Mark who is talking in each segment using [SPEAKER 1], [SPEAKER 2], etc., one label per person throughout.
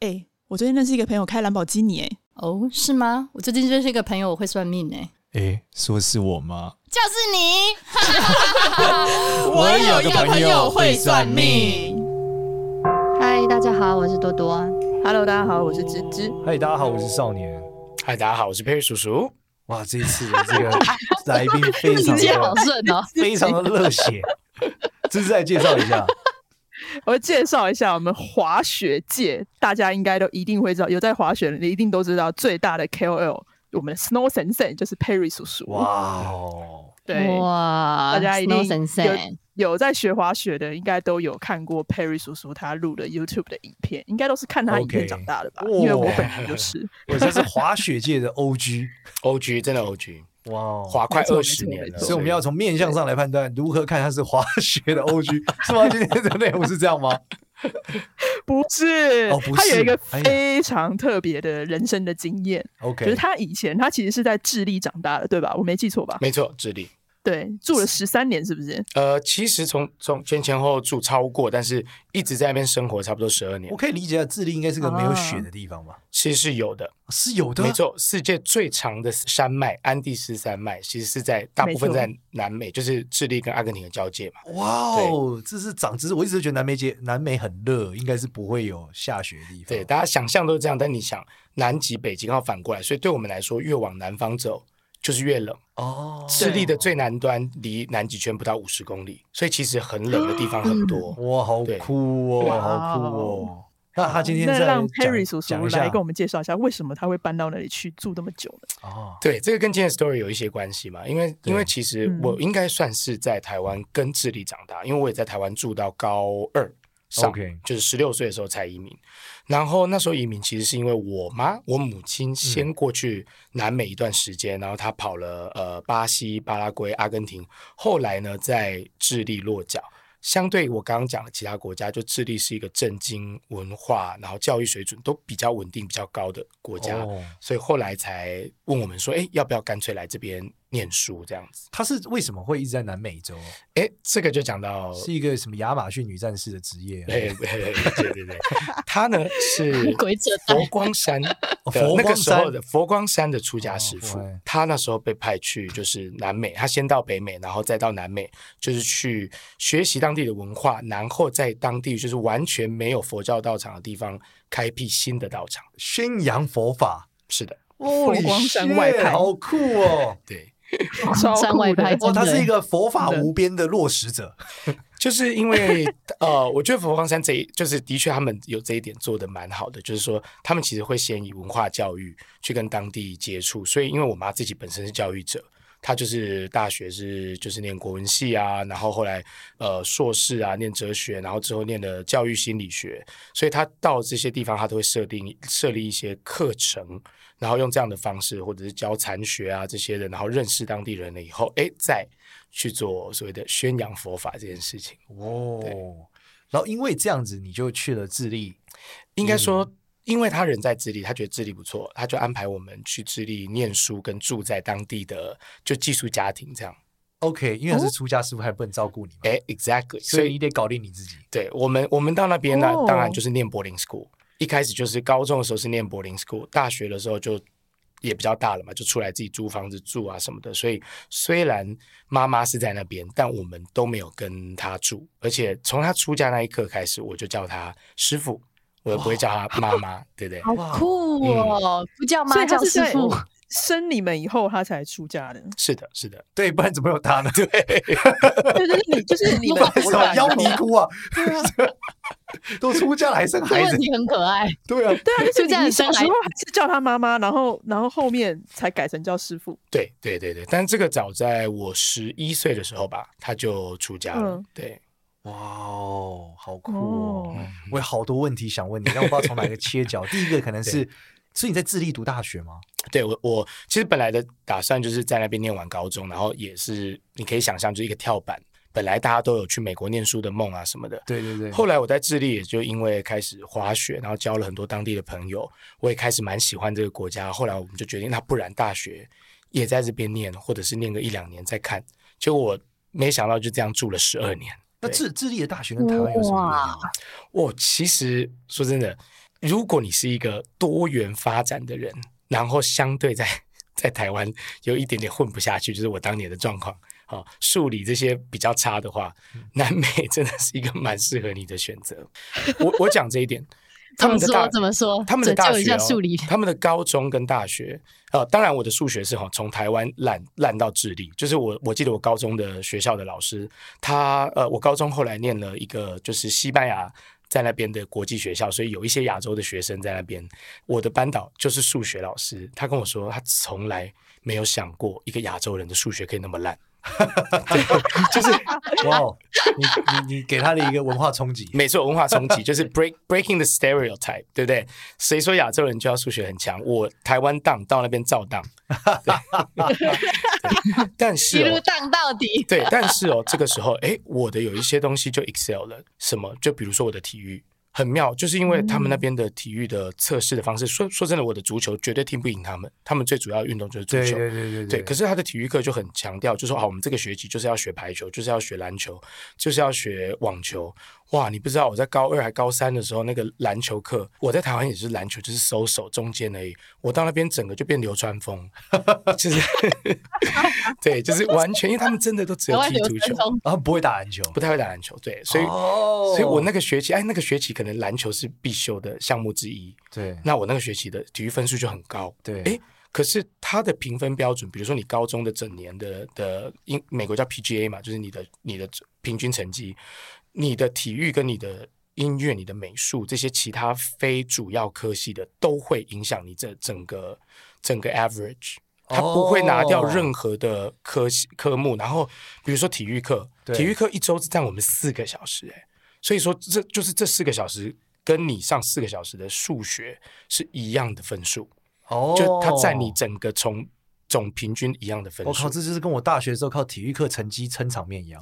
[SPEAKER 1] 哎、我最近认识一个朋友开兰博基尼、哎，
[SPEAKER 2] 哦，是吗？我最近认识一个朋友，我会算命呢、
[SPEAKER 3] 诶，说是我吗？
[SPEAKER 2] 就是你。
[SPEAKER 3] 我有个朋友会算命。
[SPEAKER 4] 嗨，大家好，我是多多。
[SPEAKER 5] Hello，大家好，我是芝芝。
[SPEAKER 6] 嗨，大家好，我是少年。
[SPEAKER 7] 嗨，大家好，我是佩瑞叔叔。
[SPEAKER 6] 哇，这一次的 这个来宾非常
[SPEAKER 4] 今天好
[SPEAKER 6] 的
[SPEAKER 4] 顺 哦，
[SPEAKER 6] 非常的热 血，这是再介绍一下，
[SPEAKER 5] 我介绍一下我们滑雪界，大家应该都一定会知道，有在滑雪的你一定都知道最大的 KOL，我们的 Snow 神神就是 Perry 叔叔。
[SPEAKER 6] 哇，哦，
[SPEAKER 5] 对，
[SPEAKER 4] 哇，
[SPEAKER 5] 大家一定
[SPEAKER 4] Snow 神
[SPEAKER 5] 有
[SPEAKER 4] 神，
[SPEAKER 5] 有在学滑雪的，应该都有看过 Perry 叔叔他录的 YouTube 的影片，应该都是看他影片
[SPEAKER 6] OK
[SPEAKER 5] 长大的吧
[SPEAKER 6] 哇
[SPEAKER 5] 因为我本人 就是。
[SPEAKER 6] 我这是滑雪界的 OG，
[SPEAKER 7] O G 真的 O G，
[SPEAKER 6] 哇哦，
[SPEAKER 7] 滑快
[SPEAKER 5] 没错
[SPEAKER 7] 二
[SPEAKER 5] 没
[SPEAKER 7] 十
[SPEAKER 5] 错
[SPEAKER 7] 年
[SPEAKER 5] 没
[SPEAKER 7] 了，
[SPEAKER 5] 错
[SPEAKER 6] 所以我们要从面相上来判断如何看他是滑雪的 OG，是吗？今天的内容是这样吗？
[SPEAKER 5] 不是，
[SPEAKER 6] 哦不
[SPEAKER 5] 他有
[SPEAKER 6] 是
[SPEAKER 5] 一个
[SPEAKER 6] 哎呀
[SPEAKER 5] 非常特别的人生的经验，就
[SPEAKER 6] 哎 OK，
[SPEAKER 5] 是他以前他其实是在智利长大的，对吧？我没记错吧？
[SPEAKER 7] 没错，智利。
[SPEAKER 5] 对，住了十三年，是不是？
[SPEAKER 7] 呃，其实从从前前后后住超过，但是一直在那边生活差不多十二年
[SPEAKER 6] 我，可以理解，智利应该是个没有雪的地方吧？
[SPEAKER 7] 其实是有的。
[SPEAKER 6] 是有
[SPEAKER 5] 啊
[SPEAKER 6] 的，
[SPEAKER 7] 没错，世界最长的山脉安第斯山脉，其实是在大部分
[SPEAKER 5] 没错
[SPEAKER 7] 在南美，就是智利跟阿根廷的交界嘛。
[SPEAKER 6] 哇哦，这是长知识。我一直觉得南美节南美很热，应该是不会有下雪的地方。
[SPEAKER 5] 哦
[SPEAKER 7] 对，大家想象都是这样，但你想南极、北极刚好反过来，所以对我们来说，越往南方走就是越冷。
[SPEAKER 6] 哦，
[SPEAKER 7] 智利的最南端离南极圈不到五十公里，所以其实很冷的地
[SPEAKER 5] 嗯
[SPEAKER 7] 方很多。
[SPEAKER 6] 哇，好
[SPEAKER 7] 对
[SPEAKER 6] 酷哦，
[SPEAKER 5] 哇
[SPEAKER 6] 好酷哦。那他今天
[SPEAKER 5] 那
[SPEAKER 6] 再
[SPEAKER 5] 让
[SPEAKER 6] 讲
[SPEAKER 5] Perry 叔叔
[SPEAKER 6] 讲一
[SPEAKER 5] 来
[SPEAKER 6] 下
[SPEAKER 5] 跟我们介绍一下，为什么他会搬到那里去住那么久呢？
[SPEAKER 6] 哦，
[SPEAKER 7] 对，这个跟今天的 story 有一些关系嘛，因为
[SPEAKER 6] 对
[SPEAKER 7] 因为其实
[SPEAKER 5] 嗯
[SPEAKER 7] 我应该算是在台湾跟智利长大，因为我也在台湾住到高二上
[SPEAKER 6] OK
[SPEAKER 7] 就是十六岁的时候才移民。然后那时候移民其实是因为我妈，我母亲
[SPEAKER 6] 嗯
[SPEAKER 7] 先过去南美一段时间，然后她跑了呃巴西、巴拉圭、阿根廷，后来呢在智利落脚。相对我刚刚讲的其他国家，就智利是一个政经文化，然后教育水准都比较稳定、比较高的国家。
[SPEAKER 6] 哦
[SPEAKER 7] 所以后来才问我们说，哎，要不要干脆来这边念书这样子？
[SPEAKER 6] 他是为什么会一直在南美洲？啊
[SPEAKER 7] 哎，这个就讲
[SPEAKER 5] 哦
[SPEAKER 7] 到，
[SPEAKER 6] 是一个什么亚马逊女战士的职业啊？
[SPEAKER 7] 对对对对对，他呢是
[SPEAKER 2] 鬼扯淡
[SPEAKER 7] 佛光山的
[SPEAKER 6] 哦佛
[SPEAKER 7] 那
[SPEAKER 6] 光
[SPEAKER 7] 个时候
[SPEAKER 6] 山
[SPEAKER 7] 的佛光山的出家师
[SPEAKER 6] 哦
[SPEAKER 7] 傅
[SPEAKER 6] 佛光，
[SPEAKER 7] 他那时候被派去就是南美，他先到北美，然后再到南美，就是去学习当地的文化，然后在当地就是完全没有佛教道场的地方开辟新的道场。
[SPEAKER 6] 宣扬佛法，
[SPEAKER 7] 是的，
[SPEAKER 5] 佛光山外派
[SPEAKER 6] Holy shit，好酷 哦！
[SPEAKER 7] 对。
[SPEAKER 5] 超
[SPEAKER 2] 山外
[SPEAKER 5] 酷的
[SPEAKER 2] 派
[SPEAKER 6] 哇，
[SPEAKER 2] 真
[SPEAKER 6] 他
[SPEAKER 2] 的
[SPEAKER 6] 是一个佛法无边的落实者。
[SPEAKER 7] 就是因为 呃，我觉得佛光山这一就是的确他们有这一点做的蛮好的，就是说他们其实会先以文化教育去跟当地接触，所以因为我妈自己本身是教育者。她就是大学是就是念国文系啊，然后后来呃硕士啊念哲学，然后之后念了教育心理学，所以她到这些地方她都会设定设立一些课程，然后用这样的方式或者是教禅学啊这些的，然后认识当地人了以后，哎，再去做所谓的宣扬佛法这件事情。
[SPEAKER 6] 哦，然后因为这样子，你就去了智利。嗯
[SPEAKER 7] 应该说，因为他人在智利，他觉得智利不错，他就安排我们去智利念书，跟住在当地的就寄宿家庭这样。
[SPEAKER 6] OK，因为他是出家师傅，还不能照顾你嘛，
[SPEAKER 7] 哎，exactly，
[SPEAKER 6] 所
[SPEAKER 7] 所
[SPEAKER 6] 以
[SPEAKER 7] 以
[SPEAKER 6] 你得搞定你自己。
[SPEAKER 7] 对我们我们到那边呢，
[SPEAKER 5] 哦
[SPEAKER 7] 当然就是念柏林 school，一开始就是高中的时候是念柏林 school，大学的时候就。也比较大了嘛，就出来自己租房子住啊什么的，所以虽然妈妈是在那边，但我们都没有跟她住，而且从她出嫁那一刻开始，我就叫她师傅，我也不会叫她妈妈，对嗯不对？
[SPEAKER 2] 好
[SPEAKER 6] 哇
[SPEAKER 2] 酷哦！不叫
[SPEAKER 5] 所
[SPEAKER 2] 妈
[SPEAKER 5] 以他
[SPEAKER 2] 叫
[SPEAKER 5] 是
[SPEAKER 2] 师
[SPEAKER 5] 在
[SPEAKER 2] 傅，
[SPEAKER 5] 生你们以后他才出家的，
[SPEAKER 7] 是的，是的，
[SPEAKER 6] 对，不然怎么有他 呢？ 对，
[SPEAKER 5] 对，就是你，就是你们
[SPEAKER 6] 什么妖尼姑啊？都出家了还生
[SPEAKER 2] 这
[SPEAKER 6] 孩子
[SPEAKER 2] 问，题很可爱。
[SPEAKER 6] 对啊，
[SPEAKER 5] 对啊，就是
[SPEAKER 2] 出家
[SPEAKER 5] 你
[SPEAKER 2] 人
[SPEAKER 5] 你小
[SPEAKER 2] 生
[SPEAKER 5] 时
[SPEAKER 2] 孩
[SPEAKER 5] 候还是叫他妈妈，然后然后后面才改成叫师傅。
[SPEAKER 7] 对对对对，但这个早在我十一岁的时候吧，他就出家了。
[SPEAKER 5] 嗯
[SPEAKER 7] 对，
[SPEAKER 6] 哇哦，好酷哦！我有好多问题想问你，但我不知道从哪个切 角。第一个可能是，所以你在智利读大学吗？
[SPEAKER 7] 对我，我其实本来的打算就是在那边念完高中，然后也是你可以想象，就是一个跳板。本来大家都有去美国念书的梦啊什么的。
[SPEAKER 6] 对对对
[SPEAKER 7] 后来我在智利，也就因为开始滑雪，然后交了很多当地的朋友，我也开始蛮喜欢这个国家。后来我们就决定，那不然大学也在这边念，或者是念个一两年再看。结果我没想到就这样住了十二年。
[SPEAKER 6] 那智智利的大学跟台湾有什么不一 样？
[SPEAKER 7] 我其实说真的，如果你是一个多元发展的人，然后相对在在台湾有一点点混不下去，就是我当年的状况。啊，数理这些比较差的话，
[SPEAKER 2] 嗯
[SPEAKER 7] 南美真的是一个蛮适合你的选择。我我讲这 一点，他们的大哦
[SPEAKER 2] 怎么说怎么说
[SPEAKER 7] 他们的
[SPEAKER 2] 拯
[SPEAKER 7] 大
[SPEAKER 2] 救一
[SPEAKER 7] 学、
[SPEAKER 2] 下
[SPEAKER 7] 哦、
[SPEAKER 2] 数理
[SPEAKER 7] 他们的高中跟大学，呃，当然我的数学是哈从台湾烂烂到智利，就是我我记得我高中的学校的老师，他呃，我高中后来念了一个就是西班牙。在那边的国际学校，所以有一些亚洲的学生在那边。我的班导就是数学老师，他跟我说，他从来没有想过一个亚洲人的数学可以那么烂。
[SPEAKER 6] 哇哦，你你你给他的一个文化冲击，
[SPEAKER 7] 没错，文化冲击就是 break breaking the stereotype，对不对？谁说亚洲人就要数学很强？我台湾荡到那边照荡，对对但是、
[SPEAKER 2] 一路
[SPEAKER 7] 哦、
[SPEAKER 2] 荡到底。
[SPEAKER 7] 对，但是哦，这个时候，哎，我的有一些东西就 excel 了，什么？就比如说我的体育。很妙，就是因为他们那边的体育的测试的方式，说说真的，我的足球绝对踢不赢他们。他们最主要的运动就是 足
[SPEAKER 6] 对
[SPEAKER 7] 球，
[SPEAKER 6] 对对对
[SPEAKER 7] 对，可是他的体育课就很强调，就说啊，我们这个学期就是要学排球，就是要学篮球，就是要学网球。哇，你不知道我在高二还高三的时候，那个篮球课，我在台湾也是篮球，就是收手中间而已。我到那边整个就变流川枫，就是 对，就是完全，因为他们真的都只有踢足球，
[SPEAKER 6] 啊，不会打篮球，
[SPEAKER 7] 不太会打篮球，对，所以、
[SPEAKER 6] 哦
[SPEAKER 7] 所以我那个学期，哎，那个学期可能篮球是必修的项目之一，
[SPEAKER 6] 对
[SPEAKER 7] 那我那个学期的体育分数就很高。
[SPEAKER 6] 对
[SPEAKER 7] 诶，可是它的评分标准，比如说你高中的整年的的英美国叫 PGA 嘛，就是你的你的平均成绩，你的体育跟你的音乐、你的美术这些其他非主要科系的，都会影响你这整个整个 average。他不会拿掉
[SPEAKER 6] 哦
[SPEAKER 7] 任何的科系科目，然后比如说体育课，
[SPEAKER 6] 对
[SPEAKER 7] 体育课一周只占我们四个小时、诶。欸所以说这就是这四个小时跟你上四个小时的数学是一样的分数，
[SPEAKER 6] 哦，
[SPEAKER 7] 就它占你整个从总平均一样的分
[SPEAKER 6] 我
[SPEAKER 7] 数
[SPEAKER 6] 靠，，这就是跟我大学的时候靠体育课成绩撑场面一样。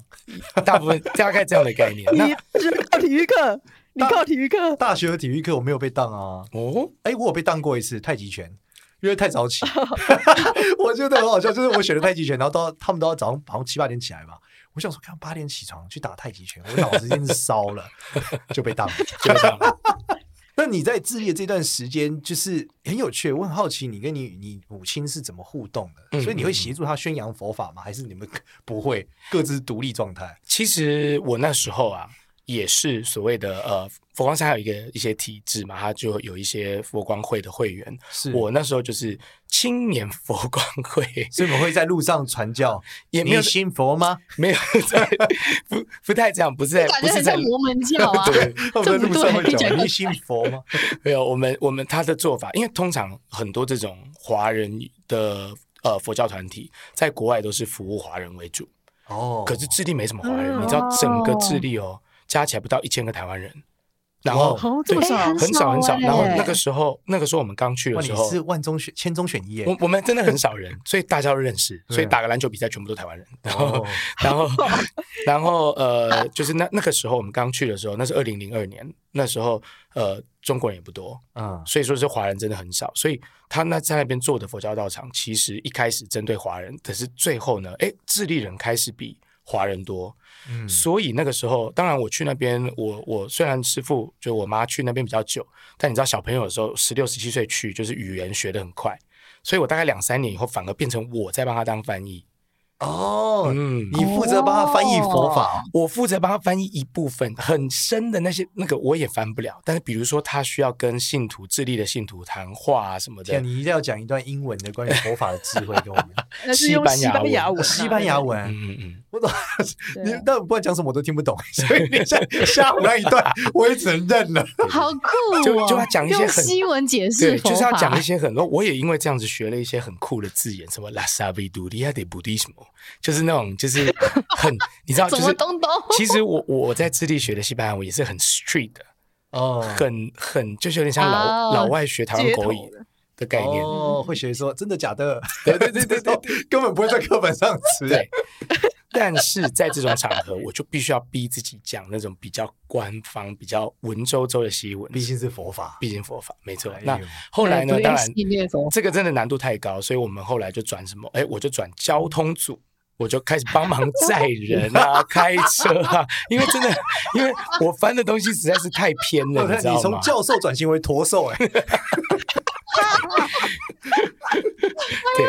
[SPEAKER 7] 大部分大概这样的概 念。那
[SPEAKER 5] 你就是靠体育课，你靠体育课，
[SPEAKER 6] 大学的体育课我没有被当啊，
[SPEAKER 7] 哦，
[SPEAKER 6] 哎，我有被当过一次太极拳，因为太早起， 我觉得很好笑，就是我选的太极拳，然后到他们都要早上好像七八点起来吧，我想说，看八点起床去打太极拳，我脑子真是烧了，就被当了。
[SPEAKER 7] 就这样。
[SPEAKER 6] 那你在智利的这段时间，就是很有趣，我很好奇你跟你你母亲是怎么互动的，
[SPEAKER 7] 嗯
[SPEAKER 6] 所以你会协助她宣扬佛法吗？还是你们不会各自独立状态？
[SPEAKER 7] 其实我那时候啊，也是所谓的呃，佛光山还有一个一些体制嘛，它就有一些佛光会的会员。
[SPEAKER 6] 是
[SPEAKER 7] 我那时候就是青年佛光会，
[SPEAKER 6] 所以我们会在路上传教，
[SPEAKER 7] 也没有
[SPEAKER 6] 你信佛吗？
[SPEAKER 7] 没有在 不不太这样，不是在
[SPEAKER 2] 感
[SPEAKER 7] 不
[SPEAKER 2] 觉
[SPEAKER 7] 是
[SPEAKER 2] 很
[SPEAKER 7] 在，
[SPEAKER 2] 像摩门教啊
[SPEAKER 7] 对，
[SPEAKER 6] 我 们在路上会
[SPEAKER 2] 这不
[SPEAKER 6] 讲
[SPEAKER 2] 对
[SPEAKER 6] 你信佛吗？
[SPEAKER 7] 没有，我们我们他的做法，因为通常很多这种华人的呃佛教团体，在国外都是服务华人为主，
[SPEAKER 6] 哦，
[SPEAKER 7] 可是智利没什么华
[SPEAKER 5] 嗯
[SPEAKER 7] 人，你知道整个智利哦，加起来不到一千个台湾人，然后
[SPEAKER 6] 哇
[SPEAKER 5] 哦这么
[SPEAKER 7] 对
[SPEAKER 5] 少哎
[SPEAKER 7] 很少
[SPEAKER 4] 很
[SPEAKER 7] 很少，
[SPEAKER 4] 少欸
[SPEAKER 7] 然后那个时候那个时候我们刚去
[SPEAKER 6] 哇，
[SPEAKER 7] 的时
[SPEAKER 6] 你
[SPEAKER 7] 候
[SPEAKER 6] 是。万中选千中选一耶
[SPEAKER 7] 我！我们真的很少人，所以大家都认识，
[SPEAKER 6] 对
[SPEAKER 7] 所以打个篮球比赛全部都台湾人。然后
[SPEAKER 6] 哦，
[SPEAKER 7] 然后，然后呃，就是那那个时候我们刚去的时候，那是二零零二年，那时候呃中国人也不多，
[SPEAKER 6] 嗯，
[SPEAKER 7] 所以说是华人真的很少，所以他那在那边做的佛教道场，其实一开始针对华人，可是最后呢，哎，智利人开始比华人多，
[SPEAKER 6] 嗯
[SPEAKER 7] 所以那个时候，当然我去那边，我我虽然师傅就我妈去那边比较久，但你知道小朋友的时候，十六十七岁去，就是语言学的很快，所以我大概两三年以后，反而变成我在帮他当翻译，
[SPEAKER 6] 哦，
[SPEAKER 7] 嗯，
[SPEAKER 6] 你负责帮他翻译佛法，
[SPEAKER 7] 我负责帮他翻译一部分很深的那些那个我也翻不了，但是比如说他需要跟信徒智利的信徒谈话啊什么的，
[SPEAKER 6] 天，你一定要讲一段英文的关于佛法的智慧给我 们。
[SPEAKER 5] 那是用西班牙文啊，
[SPEAKER 6] 西班牙 文，
[SPEAKER 7] 嗯嗯嗯，
[SPEAKER 6] 我懂，你
[SPEAKER 5] 对
[SPEAKER 6] 但我不管讲什么我都听不懂，所以你像 瞎胡乱一段，我也只能认了。
[SPEAKER 2] 好酷哦！
[SPEAKER 7] 就就要讲一些
[SPEAKER 2] 用
[SPEAKER 7] 很
[SPEAKER 2] 西文解
[SPEAKER 7] 对，
[SPEAKER 2] 释佛法，
[SPEAKER 7] 就是要讲一些很多。我也因为这样子学了一些很酷的字眼，什么拉萨比杜利亚的 Buddhismo，就是那种就是很你知道，就
[SPEAKER 2] 怎么
[SPEAKER 7] 是
[SPEAKER 2] 东东
[SPEAKER 7] 其实我我在智利学的西班牙文也是很 street 的，
[SPEAKER 6] 哦，
[SPEAKER 7] 很很就是有点像老、
[SPEAKER 4] 哦
[SPEAKER 7] 老外学台湾国语
[SPEAKER 5] 街头
[SPEAKER 7] 的概念。
[SPEAKER 6] 哦，会学说真的假的，对对对对对， 根本不会在课本上哎吃。
[SPEAKER 7] 对，但是在这种场合，我就必须要逼自己讲那种比较官方、比较文绉绉的西文，
[SPEAKER 6] 毕竟是佛法，
[SPEAKER 7] 毕竟佛法没错
[SPEAKER 6] 哎。呦
[SPEAKER 7] 那后来呢？
[SPEAKER 2] 对
[SPEAKER 7] 当然
[SPEAKER 2] 系列佛，
[SPEAKER 7] 这个真的难度太高，所以我们后来就转什么？哎，我就转交通组。我就开始帮忙载人啊，开车啊，因为真的，因为我翻的东西实在是太偏 了，
[SPEAKER 6] 我
[SPEAKER 7] 你
[SPEAKER 6] 看
[SPEAKER 7] 知道
[SPEAKER 6] 你从
[SPEAKER 7] 吗？
[SPEAKER 6] 教授转型为驼兽， 哎，
[SPEAKER 7] 对，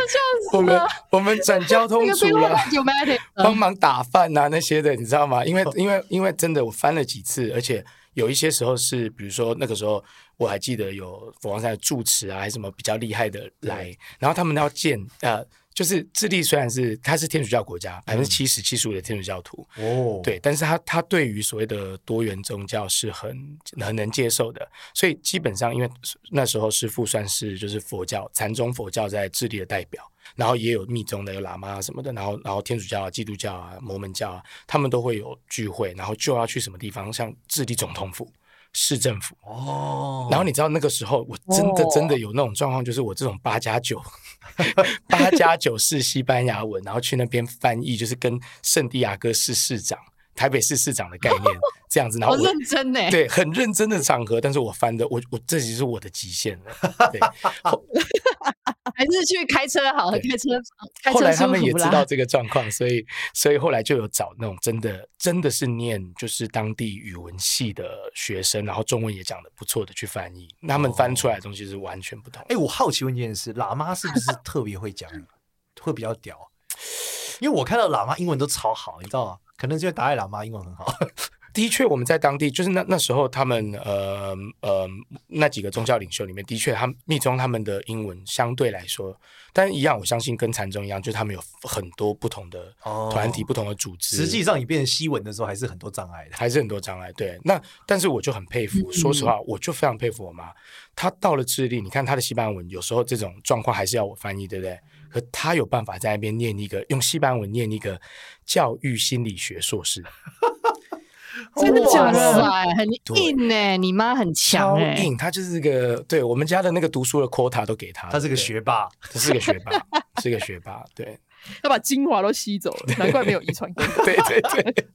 [SPEAKER 7] 我们我们转交
[SPEAKER 2] 这
[SPEAKER 7] 通
[SPEAKER 2] 个
[SPEAKER 7] 组
[SPEAKER 2] 对话，
[SPEAKER 7] 了
[SPEAKER 2] 太 dramatic
[SPEAKER 7] 帮
[SPEAKER 2] 了。
[SPEAKER 7] 忙打饭啊那些的，你知道吗？因为因为哦因为真的我翻了几次，而且有一些时候是，比如说那个时候我还记得有佛光山的住持啊，还是什么比较厉害的来，然后他们要见呃，就是智利虽然是它是天主教国家，百分之七十七十五的天主教徒，
[SPEAKER 6] 哦，
[SPEAKER 7] 对，但是他他对于所谓的多元宗教是很很能接受的，所以基本上因为那时候师傅算是就是佛教禅宗佛教在智利的代表，然后也有密宗的有喇嘛啊什么的，然后然后天主教啊、基督教啊、摩门教啊，他们都会有聚会，然后就要去什么地方，像智利总统府、市政府，
[SPEAKER 6] 哦，
[SPEAKER 7] 然后你知道那个时候，我真
[SPEAKER 2] 哦
[SPEAKER 7] 的真的有那种状况，就是我这种八加九， 八加九是西班牙文，然后去那边翻译，就是跟圣地亚哥市市长、台北市市长的概 念这样子，然后
[SPEAKER 2] 好
[SPEAKER 7] 我
[SPEAKER 2] 认真呢，欸
[SPEAKER 7] 对很认真的场合，但是我翻的我我这已是我的极限了。 对，
[SPEAKER 2] 还是去开车好了，
[SPEAKER 7] 对
[SPEAKER 2] 开车开
[SPEAKER 7] 后
[SPEAKER 2] 车
[SPEAKER 7] 来他
[SPEAKER 2] 舒
[SPEAKER 7] 们也
[SPEAKER 2] 服
[SPEAKER 7] 知道
[SPEAKER 2] 啦。
[SPEAKER 7] 这个状况，所以所以后来就有找那种真的真的是念就是当地语文系的学生，然后中文也讲的不错的去翻译，那他们翻出来
[SPEAKER 2] 哦
[SPEAKER 7] 的东西是完全不同的。
[SPEAKER 6] 哎，我好奇问一件事，喇嘛是不是特别会讲，会比较屌？因为我看到喇嘛英文都超好，你知道吗？可能是因为达赖喇嘛英文很好，
[SPEAKER 7] 的确，我们在当地就是那那时候他们呃呃那几个宗教领袖里面，的确他们密宗他们的英文相对来说，但一样我相信跟禅宗一样，就是他们有很多不同的
[SPEAKER 6] 哦
[SPEAKER 7] 团体、不同的组织，
[SPEAKER 6] 实际上你变成西文的时候还是很多障碍的。
[SPEAKER 7] 还是很多障碍。对，那但是我就很佩
[SPEAKER 6] 嗯
[SPEAKER 7] 服，说实话，我就非常佩服我妈。她到了智利，你看她的西班牙文，有时候这种状况还是要我翻译，对不对？可她有办法在那边念一个用西班牙文念一个教育心理学硕士，
[SPEAKER 2] 真的假的？
[SPEAKER 4] 哇塞，很硬呢，你妈很强
[SPEAKER 7] 超
[SPEAKER 4] 哎，
[SPEAKER 7] 硬，她就是个对我们家的那个读书的 quota 都给她了，
[SPEAKER 6] 他是个
[SPEAKER 7] 对，
[SPEAKER 6] 学霸，
[SPEAKER 7] 她是个学霸，是个学霸， 对。
[SPEAKER 5] 他把精华都吸走了，难怪没有遗传给我。
[SPEAKER 7] 对对对，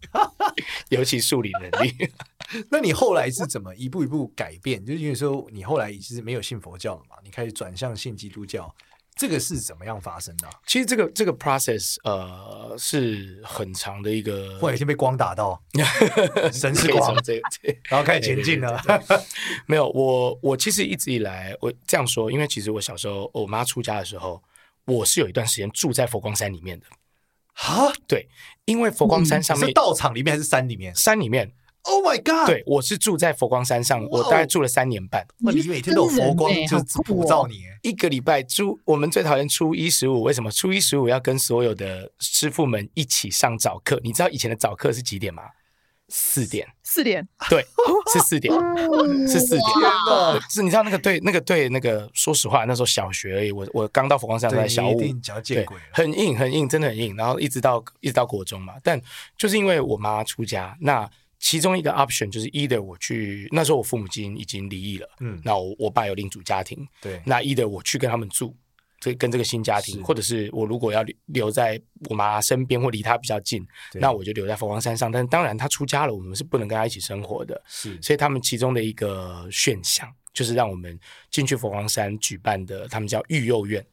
[SPEAKER 7] 尤其数理能力，
[SPEAKER 6] 那你后来是怎么一步一步改变？就是因为说你后来其实没有信佛教了嘛，你开始转向信基督教，这个是怎么样发生的啊？
[SPEAKER 7] 其实这个这个 process 呃是很长的一个，
[SPEAKER 6] 或者先被光打到，神
[SPEAKER 7] 可
[SPEAKER 6] 是
[SPEAKER 7] 以
[SPEAKER 6] 光
[SPEAKER 7] 从，这这
[SPEAKER 6] 然后开始前进了。
[SPEAKER 7] 对对对对 没有，我我其实一直以来我这样说，因为其实我小时候哦我妈出家的时候，我是有一段时间住在佛光山里面的，
[SPEAKER 6] 哈，
[SPEAKER 7] 对，因为佛光山上面、
[SPEAKER 6] 是道场里面还是山里面
[SPEAKER 7] 山里面，
[SPEAKER 6] ？Oh my god！，
[SPEAKER 7] 对我是住在佛光山上，我大概住了三年半。
[SPEAKER 6] 哇，你每天都有佛光
[SPEAKER 2] 真人欸
[SPEAKER 6] 就
[SPEAKER 2] 好
[SPEAKER 6] 是
[SPEAKER 2] 酷哦
[SPEAKER 6] 普照你欸，
[SPEAKER 7] 一个礼拜初，我们最讨厌初一十五，为什么？初一十五要跟所有的师傅们一起上早课。你知道以前的早课是几点吗？四点，
[SPEAKER 5] 四点，
[SPEAKER 7] 对，是四点，是四点。是，你知道那个对那个对那个，说实话，那时候小学而已，我我刚到佛光山都在
[SPEAKER 6] 对，
[SPEAKER 7] 小
[SPEAKER 6] 你一
[SPEAKER 7] 五，
[SPEAKER 6] 定只要见
[SPEAKER 7] 对，
[SPEAKER 6] 鬼了。
[SPEAKER 7] 很硬很硬，真的很硬。然后一直到一直到国中嘛，但就是因为我妈出家，那其中一个 option 就是 either 我去，那时候我父母亲已经离异了，
[SPEAKER 6] 嗯，
[SPEAKER 7] 那我我爸有另组家庭，
[SPEAKER 6] 对，
[SPEAKER 7] 那 either 我去跟他们住，这跟这个新家庭，
[SPEAKER 6] 是
[SPEAKER 7] 或者是我如果要留留在我妈身边或离她比较近，
[SPEAKER 6] 对
[SPEAKER 7] 那我就留在佛光山上。但当然她出家了，我们是不能跟她一起生活的，
[SPEAKER 6] 是
[SPEAKER 7] 所以他们其中的一个选项就是让我们进去佛光山举办的，他们叫育幼院。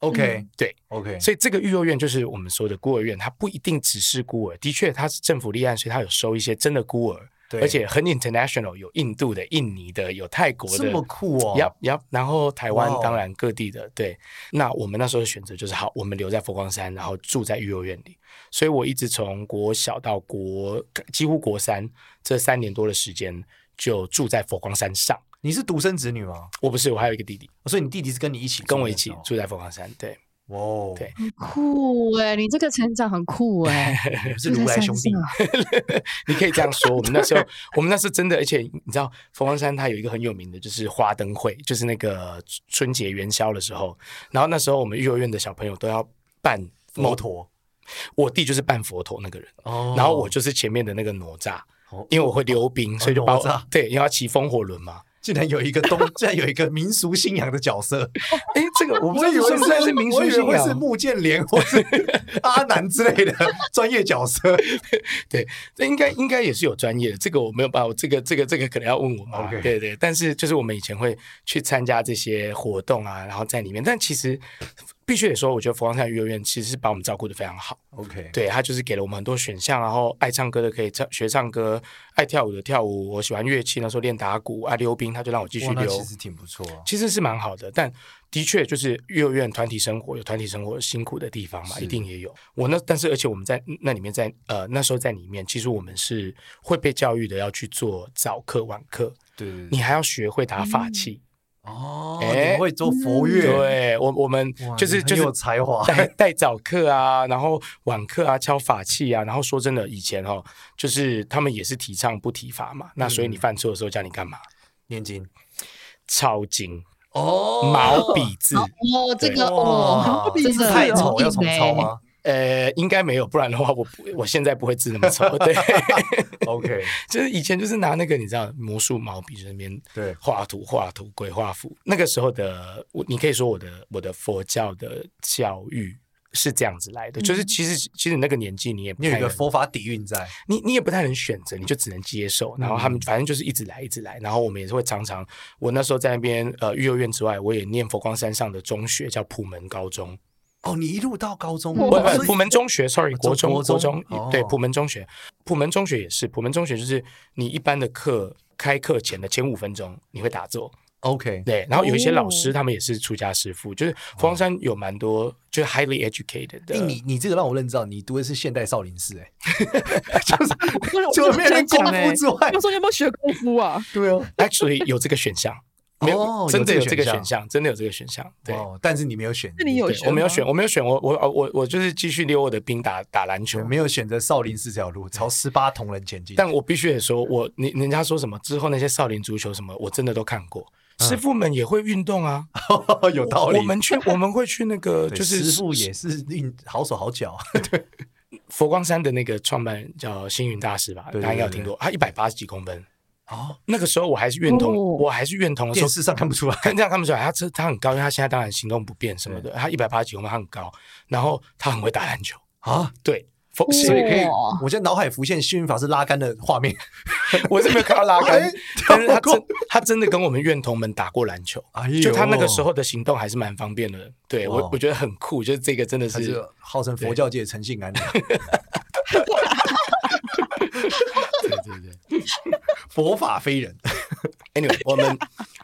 [SPEAKER 6] OK
[SPEAKER 7] 对，
[SPEAKER 6] OK，
[SPEAKER 7] 嗯所以这个育幼院就是我们说的孤儿院，它不一定只是孤儿，的确它是政府立案，所以它有收一些真的孤儿，
[SPEAKER 6] 对
[SPEAKER 7] 而且很 international，有印度的、印尼的、有泰国的，
[SPEAKER 6] 这么酷哦。
[SPEAKER 7] 呀呀，然后台湾
[SPEAKER 6] 哇哦
[SPEAKER 7] 当然各地的对，那我们那时候的选择就是好，我们留在佛光山，然后住在育幼院里，所以我一直从国小到国几乎国三这三年多的时间就住在佛光山上。
[SPEAKER 6] 你是独生子女吗？哦
[SPEAKER 7] 我不是，我还有一个弟弟
[SPEAKER 6] 所以你弟弟是跟你一起住
[SPEAKER 7] 跟我
[SPEAKER 6] 那
[SPEAKER 7] 一
[SPEAKER 6] 时
[SPEAKER 7] 起
[SPEAKER 6] 候
[SPEAKER 7] 住在佛光山，对，
[SPEAKER 6] 哇哦，
[SPEAKER 7] 对
[SPEAKER 2] 酷
[SPEAKER 4] 欸
[SPEAKER 2] 哎，你这个成长很酷 哎，
[SPEAKER 6] 你们是如来兄弟
[SPEAKER 2] 住在山上
[SPEAKER 7] 你可以这样说。我们那时候，我们那时候真的，而且你知道，佛光山它有一个很有名的，就是花灯会，就是那个春节元宵的时候，然后那时候我们育幼院的小朋友都要扮
[SPEAKER 6] 佛陀
[SPEAKER 7] 我弟就是扮佛头那个人，
[SPEAKER 6] 哦
[SPEAKER 7] 然后我就是前面的那个哪吒
[SPEAKER 6] 哦，
[SPEAKER 7] 因为我会溜冰，所以就把
[SPEAKER 6] 哪吒
[SPEAKER 7] 我对，因为要骑风火轮嘛。
[SPEAKER 6] 竟然有一个东，竟然有一个民俗信仰的角色，
[SPEAKER 7] 哎，这个 我不
[SPEAKER 6] 我
[SPEAKER 7] 知
[SPEAKER 6] 以
[SPEAKER 7] 道
[SPEAKER 6] 为
[SPEAKER 7] 算不算
[SPEAKER 6] 是
[SPEAKER 7] 是民
[SPEAKER 6] 我
[SPEAKER 7] 俗
[SPEAKER 6] 以为
[SPEAKER 7] 信
[SPEAKER 6] 会是
[SPEAKER 7] 仰，啊
[SPEAKER 6] 木剑连或 是阿南之类的专业角色。
[SPEAKER 7] 这应该应该也是有专业的，这个我没有办法，我这个这个这个可能要问我妈。
[SPEAKER 6] OK
[SPEAKER 7] 对对，但是就是我们以前会去参加这些活动啊，然后在里面，但其实必须得说，我觉得佛光山幼儿园其实是把我们照顾的非常好。
[SPEAKER 6] OK，
[SPEAKER 7] 对他就是给了我们很多选项，然后爱唱歌的可以唱学唱歌，爱跳舞的跳舞，我喜欢乐器，那时候练打鼓，爱溜冰，他就让我继续
[SPEAKER 6] 哇那
[SPEAKER 7] 溜
[SPEAKER 6] 其。实挺不错啊。
[SPEAKER 7] 其实是蛮好的，但的确就是幼儿园团体生活有团体生活辛苦的地方嘛，
[SPEAKER 6] 是
[SPEAKER 7] 一定也有。我那但是而且我们在那里面在呃那时候在里面，其实我们是会被教育的要去做早课晚课，
[SPEAKER 6] 对对
[SPEAKER 7] 你
[SPEAKER 6] 对，
[SPEAKER 7] 还要学会打法器。
[SPEAKER 6] 哦，
[SPEAKER 7] 哎
[SPEAKER 6] 你会做佛
[SPEAKER 2] 嗯
[SPEAKER 6] 乐，
[SPEAKER 7] 对我我们
[SPEAKER 6] 哇
[SPEAKER 7] 就是
[SPEAKER 6] 你嗯很
[SPEAKER 7] 就是
[SPEAKER 6] 有才华
[SPEAKER 7] 带 带早课啊，然后晚课啊，敲法器啊，然后说真的，以前哦，就是他们也是提倡不体罚嘛，那所
[SPEAKER 6] 嗯
[SPEAKER 7] 以你犯错的时候叫你干嘛？
[SPEAKER 6] 念经
[SPEAKER 7] 抄经、
[SPEAKER 6] 哦
[SPEAKER 7] 毛笔字，
[SPEAKER 2] 哦，这个哦，
[SPEAKER 6] 哇，
[SPEAKER 2] 真的
[SPEAKER 6] 太
[SPEAKER 2] 很
[SPEAKER 6] 丑
[SPEAKER 2] 硬
[SPEAKER 6] 要重操
[SPEAKER 2] 欸
[SPEAKER 6] 吗
[SPEAKER 7] 呃，应该没有，不然的话我不我现在不会字那么丑。 对，
[SPEAKER 6] ？OK，
[SPEAKER 7] 就是以前就是拿那个你知道魔术毛笔在那边
[SPEAKER 6] 对
[SPEAKER 7] 画图画图鬼画符，那个时候的我，你可以说我的我的佛教的教育。是这样子来的，就是其实其实你那个年纪你也不
[SPEAKER 6] 嗯你有
[SPEAKER 7] 太
[SPEAKER 6] 一个
[SPEAKER 7] 能
[SPEAKER 6] 佛法底蕴在，
[SPEAKER 7] 你你也不太能选择，你就只能接受。然后他
[SPEAKER 6] 嗯
[SPEAKER 7] 们反正就是一直来，一直来。然后我们也是会常常，我那时候在那边呃育幼院之外，我也念佛光山上的中学，叫普门高中，
[SPEAKER 6] 哦，你一路到高中，
[SPEAKER 7] 不
[SPEAKER 6] 哇
[SPEAKER 7] 不
[SPEAKER 6] 所以
[SPEAKER 7] 呃普门中学，sorry，
[SPEAKER 6] 啊中
[SPEAKER 7] 国中
[SPEAKER 6] 国
[SPEAKER 7] 国
[SPEAKER 6] 中
[SPEAKER 7] 中
[SPEAKER 6] 哦
[SPEAKER 7] 对普门中学，普门中学也是，普门中学就是你一般的课开课前的前五分钟你会打坐，
[SPEAKER 6] OK，
[SPEAKER 7] 对，然后有一
[SPEAKER 6] 哦
[SPEAKER 7] 些老师他们也是出家师傅，就是佛光山有蛮多就是 highly educated 的
[SPEAKER 6] 哎，你你这个让我认知到，你读的是现代少林寺，哎，就是
[SPEAKER 5] 就
[SPEAKER 6] 除了没有练功
[SPEAKER 5] 欸
[SPEAKER 6] 夫之外
[SPEAKER 5] 他，说你有没有学功夫啊？
[SPEAKER 6] 对哦，
[SPEAKER 7] ，actually 有这个 选项，没
[SPEAKER 6] 哦
[SPEAKER 7] 有真的有这个
[SPEAKER 6] 有这个选
[SPEAKER 7] 选
[SPEAKER 6] 项
[SPEAKER 7] 项，真的有这个选项，对。
[SPEAKER 6] 哦，但是你没有选，
[SPEAKER 5] 那你有
[SPEAKER 7] 对
[SPEAKER 5] 学？
[SPEAKER 7] 我没有选，，我没有选，我我我我就是继续溜我的兵打打篮球
[SPEAKER 6] 没。有选择少林寺这条路，朝十八铜人前进。
[SPEAKER 7] 但我必须得说，我你人家说什么之后那些少林足球什么，我真的都看过。
[SPEAKER 6] 嗯
[SPEAKER 7] 师傅们也会运动啊，
[SPEAKER 6] 有道理，
[SPEAKER 7] 我们去我们会去那个
[SPEAKER 6] 对
[SPEAKER 7] 就是
[SPEAKER 6] 师傅也是运好手好脚，
[SPEAKER 7] 佛光山的那个创办人叫星云大师吧，
[SPEAKER 6] 对对
[SPEAKER 7] 大家应该有听过，他一百八十几公分。
[SPEAKER 6] 哦，
[SPEAKER 7] 那个时候我还是院童，
[SPEAKER 2] 哦
[SPEAKER 7] 我还是院童的时
[SPEAKER 6] 电
[SPEAKER 7] 候，
[SPEAKER 6] 视上看不出来。
[SPEAKER 7] 看这样看不出来，他这他很高，因为他现在当然行动不便什么的，他一百八十几公分，他很高，然后他很会打篮球，
[SPEAKER 6] 啊，
[SPEAKER 7] 对。佛
[SPEAKER 6] 所以可 以
[SPEAKER 2] 哇，
[SPEAKER 6] 我现在脑海浮现幸运法师拉杆的画面。
[SPEAKER 7] 我是没有看到拉
[SPEAKER 6] 哎
[SPEAKER 7] 杆，但是他
[SPEAKER 6] 跳
[SPEAKER 7] 真他真的跟我们院童们打过篮球，
[SPEAKER 6] 哎呦
[SPEAKER 7] 就他那个时候的行动还是蛮方便的。对
[SPEAKER 6] 哇
[SPEAKER 7] 我我觉得很酷，就是这个真的
[SPEAKER 6] 他是
[SPEAKER 7] 是
[SPEAKER 6] 号称佛教界的陈信安，
[SPEAKER 7] 对对对。
[SPEAKER 6] 佛法非人。
[SPEAKER 7] Anyway，我们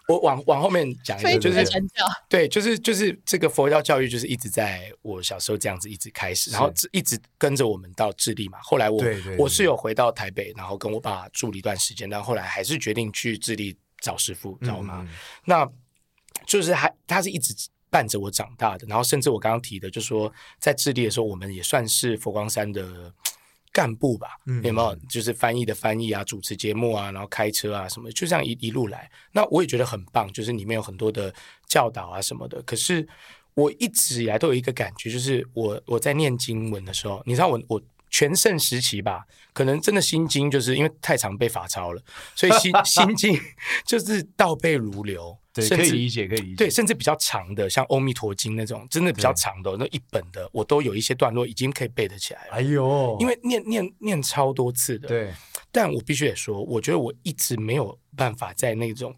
[SPEAKER 7] 我往往后面讲一
[SPEAKER 2] 非
[SPEAKER 7] 个，就
[SPEAKER 2] 主的
[SPEAKER 7] 是
[SPEAKER 2] 传教，
[SPEAKER 7] 对，就是就是这个佛教教育，就是一直在我小时候这样子一直开始，然后一直跟着我们到智利嘛。后来我
[SPEAKER 6] 对对对
[SPEAKER 7] 我是有回到台北，然后跟我爸住了一段时间，但后来还是决定去智利找师傅找我妈。
[SPEAKER 6] 嗯嗯
[SPEAKER 7] 那就是还他是一直伴着我长大的，然后甚至我刚刚提的，就说在智利的时候，我们也算是佛光山的干部吧，
[SPEAKER 6] 嗯
[SPEAKER 7] 有没有？就是翻译的翻译啊，主持节目啊，然后开车啊什么，就这样一一路来。那我也觉得很棒，就是里面有很多的教导啊什么的。可是我一直以来都有一个感觉，就是我我在念经文的时候，你知道我我。全盛时期吧，可能真的心经就是因为太常被法抄了，所以 心心经就是倒背如流，
[SPEAKER 6] 对，
[SPEAKER 7] 甚
[SPEAKER 6] 可以
[SPEAKER 7] 至
[SPEAKER 6] 理解，可以理解。
[SPEAKER 7] 对，甚至比较长的，像《阿弥陀经》那种，真的比较
[SPEAKER 6] 对
[SPEAKER 7] 长的哦那一本的，我都有一些段落已经可以背得起来了，
[SPEAKER 6] 哎呦，
[SPEAKER 7] 因为念念念超多次的。，
[SPEAKER 6] 对
[SPEAKER 7] 但我必须得说，我觉得我一直没有办法在那种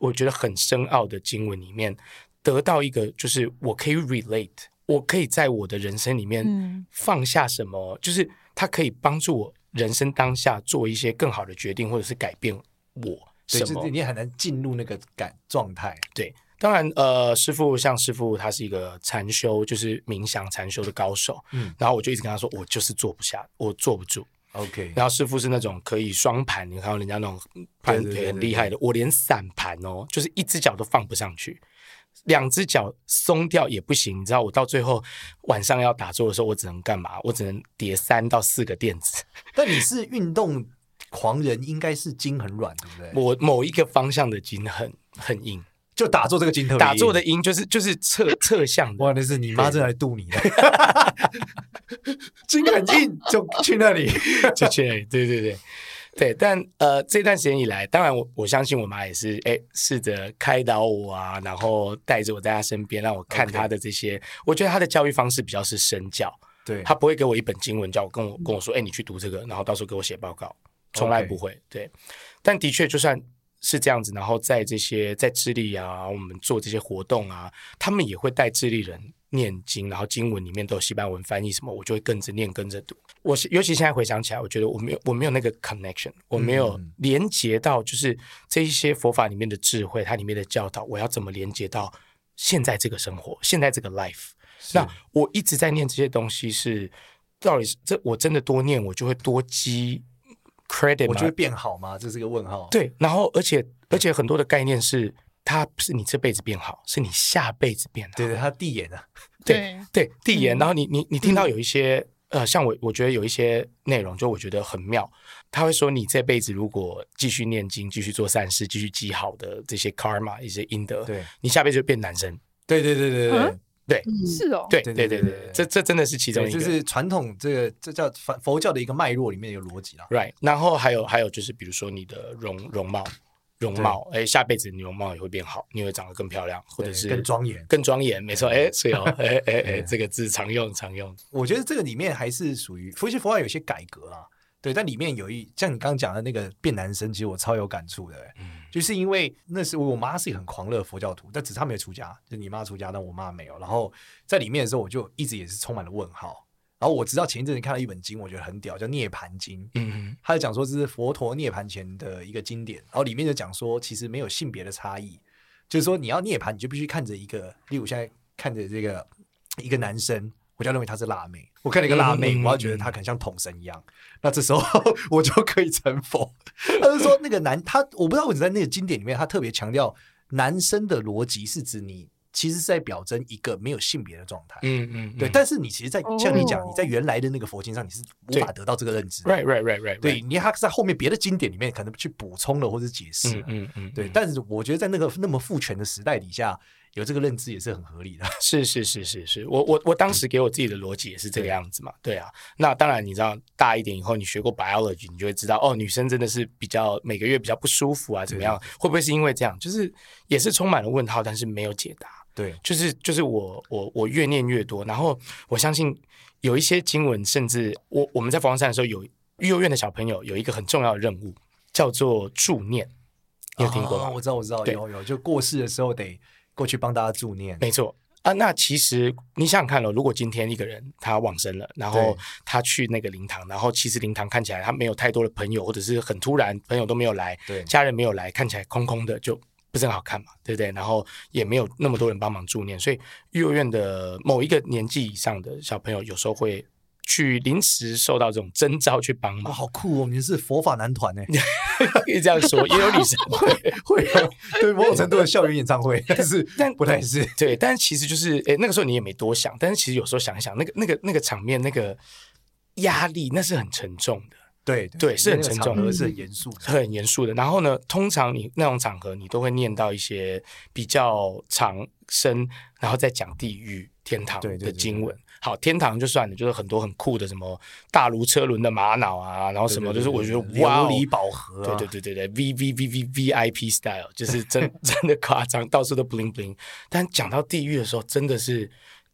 [SPEAKER 7] 我觉得很深奥的经文里面得到一个，就是我可以 relate，我可以在我的人生里面
[SPEAKER 5] 嗯
[SPEAKER 7] 放下什么，就是它可以帮助我人生当下做一些更好的决定，或者是改变我
[SPEAKER 6] 对，
[SPEAKER 7] 什
[SPEAKER 6] 就
[SPEAKER 7] 么
[SPEAKER 6] 是。你很难进入那个感状态。
[SPEAKER 7] 对，当然，呃，师傅像师傅，他是一个禅修，就是冥想禅修的高手。
[SPEAKER 6] 嗯
[SPEAKER 7] 然后我就一直跟他说，我就是做不下，我坐不住。
[SPEAKER 6] ，OK，
[SPEAKER 7] 然后师傅是那种可以双盘，你看到人家那种
[SPEAKER 6] 对
[SPEAKER 7] 盘
[SPEAKER 6] 对对
[SPEAKER 7] 腿很
[SPEAKER 6] 对
[SPEAKER 7] 厉害的，我连散盘哦，就是一只脚都放不上去，两只脚松掉也不行。你知道，我到最后晚上要打坐的时候，我只能干嘛？我只能叠三到四个垫子。
[SPEAKER 6] 但你是运动狂人，应该是筋很软，对不对？
[SPEAKER 7] 我某一个方向的筋很很硬，
[SPEAKER 6] 就打坐这个筋特别硬
[SPEAKER 7] 打坐的，音就是就是侧侧向的，
[SPEAKER 6] 哇，那是你妈正来度你 的，筋很硬，就去那 里。
[SPEAKER 7] 就去那里。对对对对，但呃，这段时间以来，当然我我相信我妈也是，哎，试着开导我啊，然后带着我在她身边，让我看
[SPEAKER 6] OK
[SPEAKER 7] 她的这些。我觉得她的教育方式比较是身教，
[SPEAKER 6] 对，
[SPEAKER 7] 她不会给我一本经文叫我跟我跟我说，哎，你去读这个，然后到时候给我写报告，从来
[SPEAKER 6] OK
[SPEAKER 7] 不会。对，但的确就算。是这样子，然后在这些在智利啊，我们做这些活动啊，他们也会带智利人念经，然后经文里面都有西班牙文翻译什么，我就会跟着念，跟着读。我是尤其现在回想起来，我觉得我没有我没有那个 connection，我没有
[SPEAKER 6] 嗯
[SPEAKER 7] 连接到就是这一些佛法里面的智慧，它里面的教导，我要怎么连接到现在这个生活，现在这个 life？那我一直在念这些东西是，到底是这我真的多念，我就会多积 credit
[SPEAKER 6] 我
[SPEAKER 7] 吗
[SPEAKER 6] 就会变好吗？这是个问号。，
[SPEAKER 7] 对，然后而且而且很多的概念是，它不是你这辈子变好，是你下辈子变好。
[SPEAKER 6] 对对，嗯他地眼啊，
[SPEAKER 7] 对对，地缘。然后你你你听到有一些、呃，像我我觉得有一些内容，就我觉得很妙。他会说，你这辈子如果继续念经、继续做善事、继续积好的这些 karma 一些阴德，
[SPEAKER 6] 对
[SPEAKER 7] 你下辈子就变男生。
[SPEAKER 6] 对对对对对
[SPEAKER 5] 嗯是哦，
[SPEAKER 7] 对
[SPEAKER 6] 对
[SPEAKER 7] 对
[SPEAKER 6] 对
[SPEAKER 7] 对
[SPEAKER 6] 对
[SPEAKER 7] 对
[SPEAKER 6] 对
[SPEAKER 7] 对，这这真的是其中
[SPEAKER 6] 对，
[SPEAKER 7] 一个。
[SPEAKER 6] 这是传统这个这叫佛佛教的一个脉络里面的逻辑啦。
[SPEAKER 7] right。然后还有还有就是，比如说你的容容貌。容貌，哎，下辈子你容貌也会变好，你会长得更漂亮，或者
[SPEAKER 6] 对
[SPEAKER 7] 是
[SPEAKER 6] 更庄严
[SPEAKER 7] 更庄严，没错，哎，是哦，哎哎
[SPEAKER 6] 对
[SPEAKER 7] 哎，这个字常用常用，
[SPEAKER 6] 我觉得这个里面还是属于佛学佛法有些改革啊，对，但里面有一像你刚刚讲的那个变男生，其实我超有感触的、欸就是因为那时候我妈是一个很狂热的佛教徒，但只是她没有出家，就你妈出家，但我妈没有。然后在里面的时候，我就一直也是充满了问号。然后我直到前一阵子看到一本经，我觉得很屌，叫《涅盘经》，
[SPEAKER 7] 嗯，
[SPEAKER 6] 他就讲说这是佛陀涅盘前的一个经典，然后里面就讲说其实没有性别的差异，就是说你要涅盘，你就必须看着一个，例如现在看着这个一个男生。我就要认为她是辣妹，我看了一个辣妹，
[SPEAKER 7] 嗯嗯嗯
[SPEAKER 6] 我要觉得她可能像统神一样，那这时候 我就可以成佛。他就说那个男，他我不知道为什么在那个经典里面，他特别强调男生的逻辑是指你其实是在表征一个没有性别的状态，
[SPEAKER 7] 嗯嗯，
[SPEAKER 6] 对。
[SPEAKER 7] 嗯
[SPEAKER 6] 但是你其实在，像你讲，
[SPEAKER 5] 哦
[SPEAKER 6] 你在原来的那个佛经上，你是无法得到这个认知的。
[SPEAKER 7] right right right right，right
[SPEAKER 6] 对，你他在后面别的经典里面可能去补充了或者解释了，
[SPEAKER 7] 嗯嗯，
[SPEAKER 6] 对。
[SPEAKER 7] 嗯
[SPEAKER 6] 但是我觉得在那个那么父权的时代底下，有这个认知也是很合理的。
[SPEAKER 7] 是是是是是，我我我当时给我自己的逻辑也是这个样子
[SPEAKER 6] 嗯
[SPEAKER 7] 嘛，对啊。那当然，你知道大一点以后，你学过 biology，你就会知道哦，女生真的是比较每个月比较不舒服啊，怎么样？会不会是因为这样？就是也是充满了问号，但是没有解答。
[SPEAKER 6] 对，
[SPEAKER 7] 就是就是我我我越念越多，然后我相信有一些经文，甚至我我们在佛光山的时候有幼院的小朋友有一个很重要的任务，叫做助念，你有听过吗？
[SPEAKER 6] 哦我知道，我知道，
[SPEAKER 7] 对
[SPEAKER 6] 有有，就过世的时候得过去帮大家助念。
[SPEAKER 7] 没错啊，那其实你想想看咯，如果今天一个人他往生了，然后
[SPEAKER 6] 对
[SPEAKER 7] 他去那个灵堂，然后其实灵堂看起来他没有太多的朋友，或者是很突然朋友都没有来，
[SPEAKER 6] 对
[SPEAKER 7] 家人没有来，看起来空空的，就不是很好看嘛，对不对？然后也没有那么多人帮忙助念，所以幼儿园的某一个年纪以上的小朋友，有时候会去临时受到这种征召去帮
[SPEAKER 6] 哇，
[SPEAKER 7] 忙，
[SPEAKER 6] 好酷哦！我们是佛法男 团呢，
[SPEAKER 7] 可以这样说，也有女生
[SPEAKER 6] 会有 对某种程度的校园演唱会，但是
[SPEAKER 7] 啊但
[SPEAKER 6] 不太是。
[SPEAKER 7] 对，但其实就是，诶，那个时候你也没多想，但是其实有时候想一想，那个、那个、那个场面，那个压力，那是很沉重的，
[SPEAKER 6] 对
[SPEAKER 7] 对是很
[SPEAKER 6] 那个
[SPEAKER 7] 沉
[SPEAKER 6] 场
[SPEAKER 7] 重
[SPEAKER 6] 合
[SPEAKER 7] 的
[SPEAKER 6] 是很严肃的。
[SPEAKER 7] 很严肃的。然后呢，通常你那种场合，你都会念到一些比较长生，然后再讲地狱、天堂
[SPEAKER 6] 对对
[SPEAKER 7] 的
[SPEAKER 6] 对
[SPEAKER 7] 经
[SPEAKER 6] 对
[SPEAKER 7] 文。好，天堂就算了，就是很多很酷的什么大如车轮的玛瑙啊，然后
[SPEAKER 6] 对
[SPEAKER 7] 什么，
[SPEAKER 6] 对
[SPEAKER 7] 就是我
[SPEAKER 6] 对
[SPEAKER 7] 觉得
[SPEAKER 6] 对
[SPEAKER 7] 哇、哦
[SPEAKER 6] 琉璃宝盒啊
[SPEAKER 7] 对对对对对，V V V V V I P style，就 是真真的夸张，到处都 bling bling。但讲到地狱的时候，真的是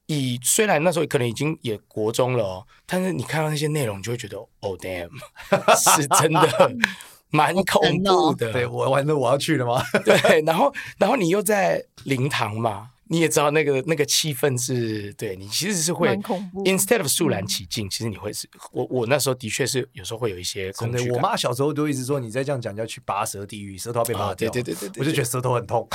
[SPEAKER 7] 以虽然那时候可能已经也国中了哦，但是你看到那些内容，你就会觉得，Oh damn，是真的蛮恐怖的。
[SPEAKER 6] 哦对我完了，我要去了吗？
[SPEAKER 7] 对，然后然后你又在灵堂嘛，你也知道那个那个气氛是，对你其实是会
[SPEAKER 5] 蛮恐怖
[SPEAKER 7] instead of 肃
[SPEAKER 6] 嗯
[SPEAKER 7] 然起敬，其实你会是我我那时候的确是有时候会有一些
[SPEAKER 6] 真
[SPEAKER 7] 恐
[SPEAKER 6] 的
[SPEAKER 7] 惧，
[SPEAKER 6] 我
[SPEAKER 7] 感。
[SPEAKER 6] 妈小时候都一直说，你再这样讲就要去拔舌地狱，舌头要被拔
[SPEAKER 7] 啊，
[SPEAKER 6] 掉。
[SPEAKER 7] 对对对对对，
[SPEAKER 6] 我就觉得
[SPEAKER 7] 得
[SPEAKER 6] 舌头很痛，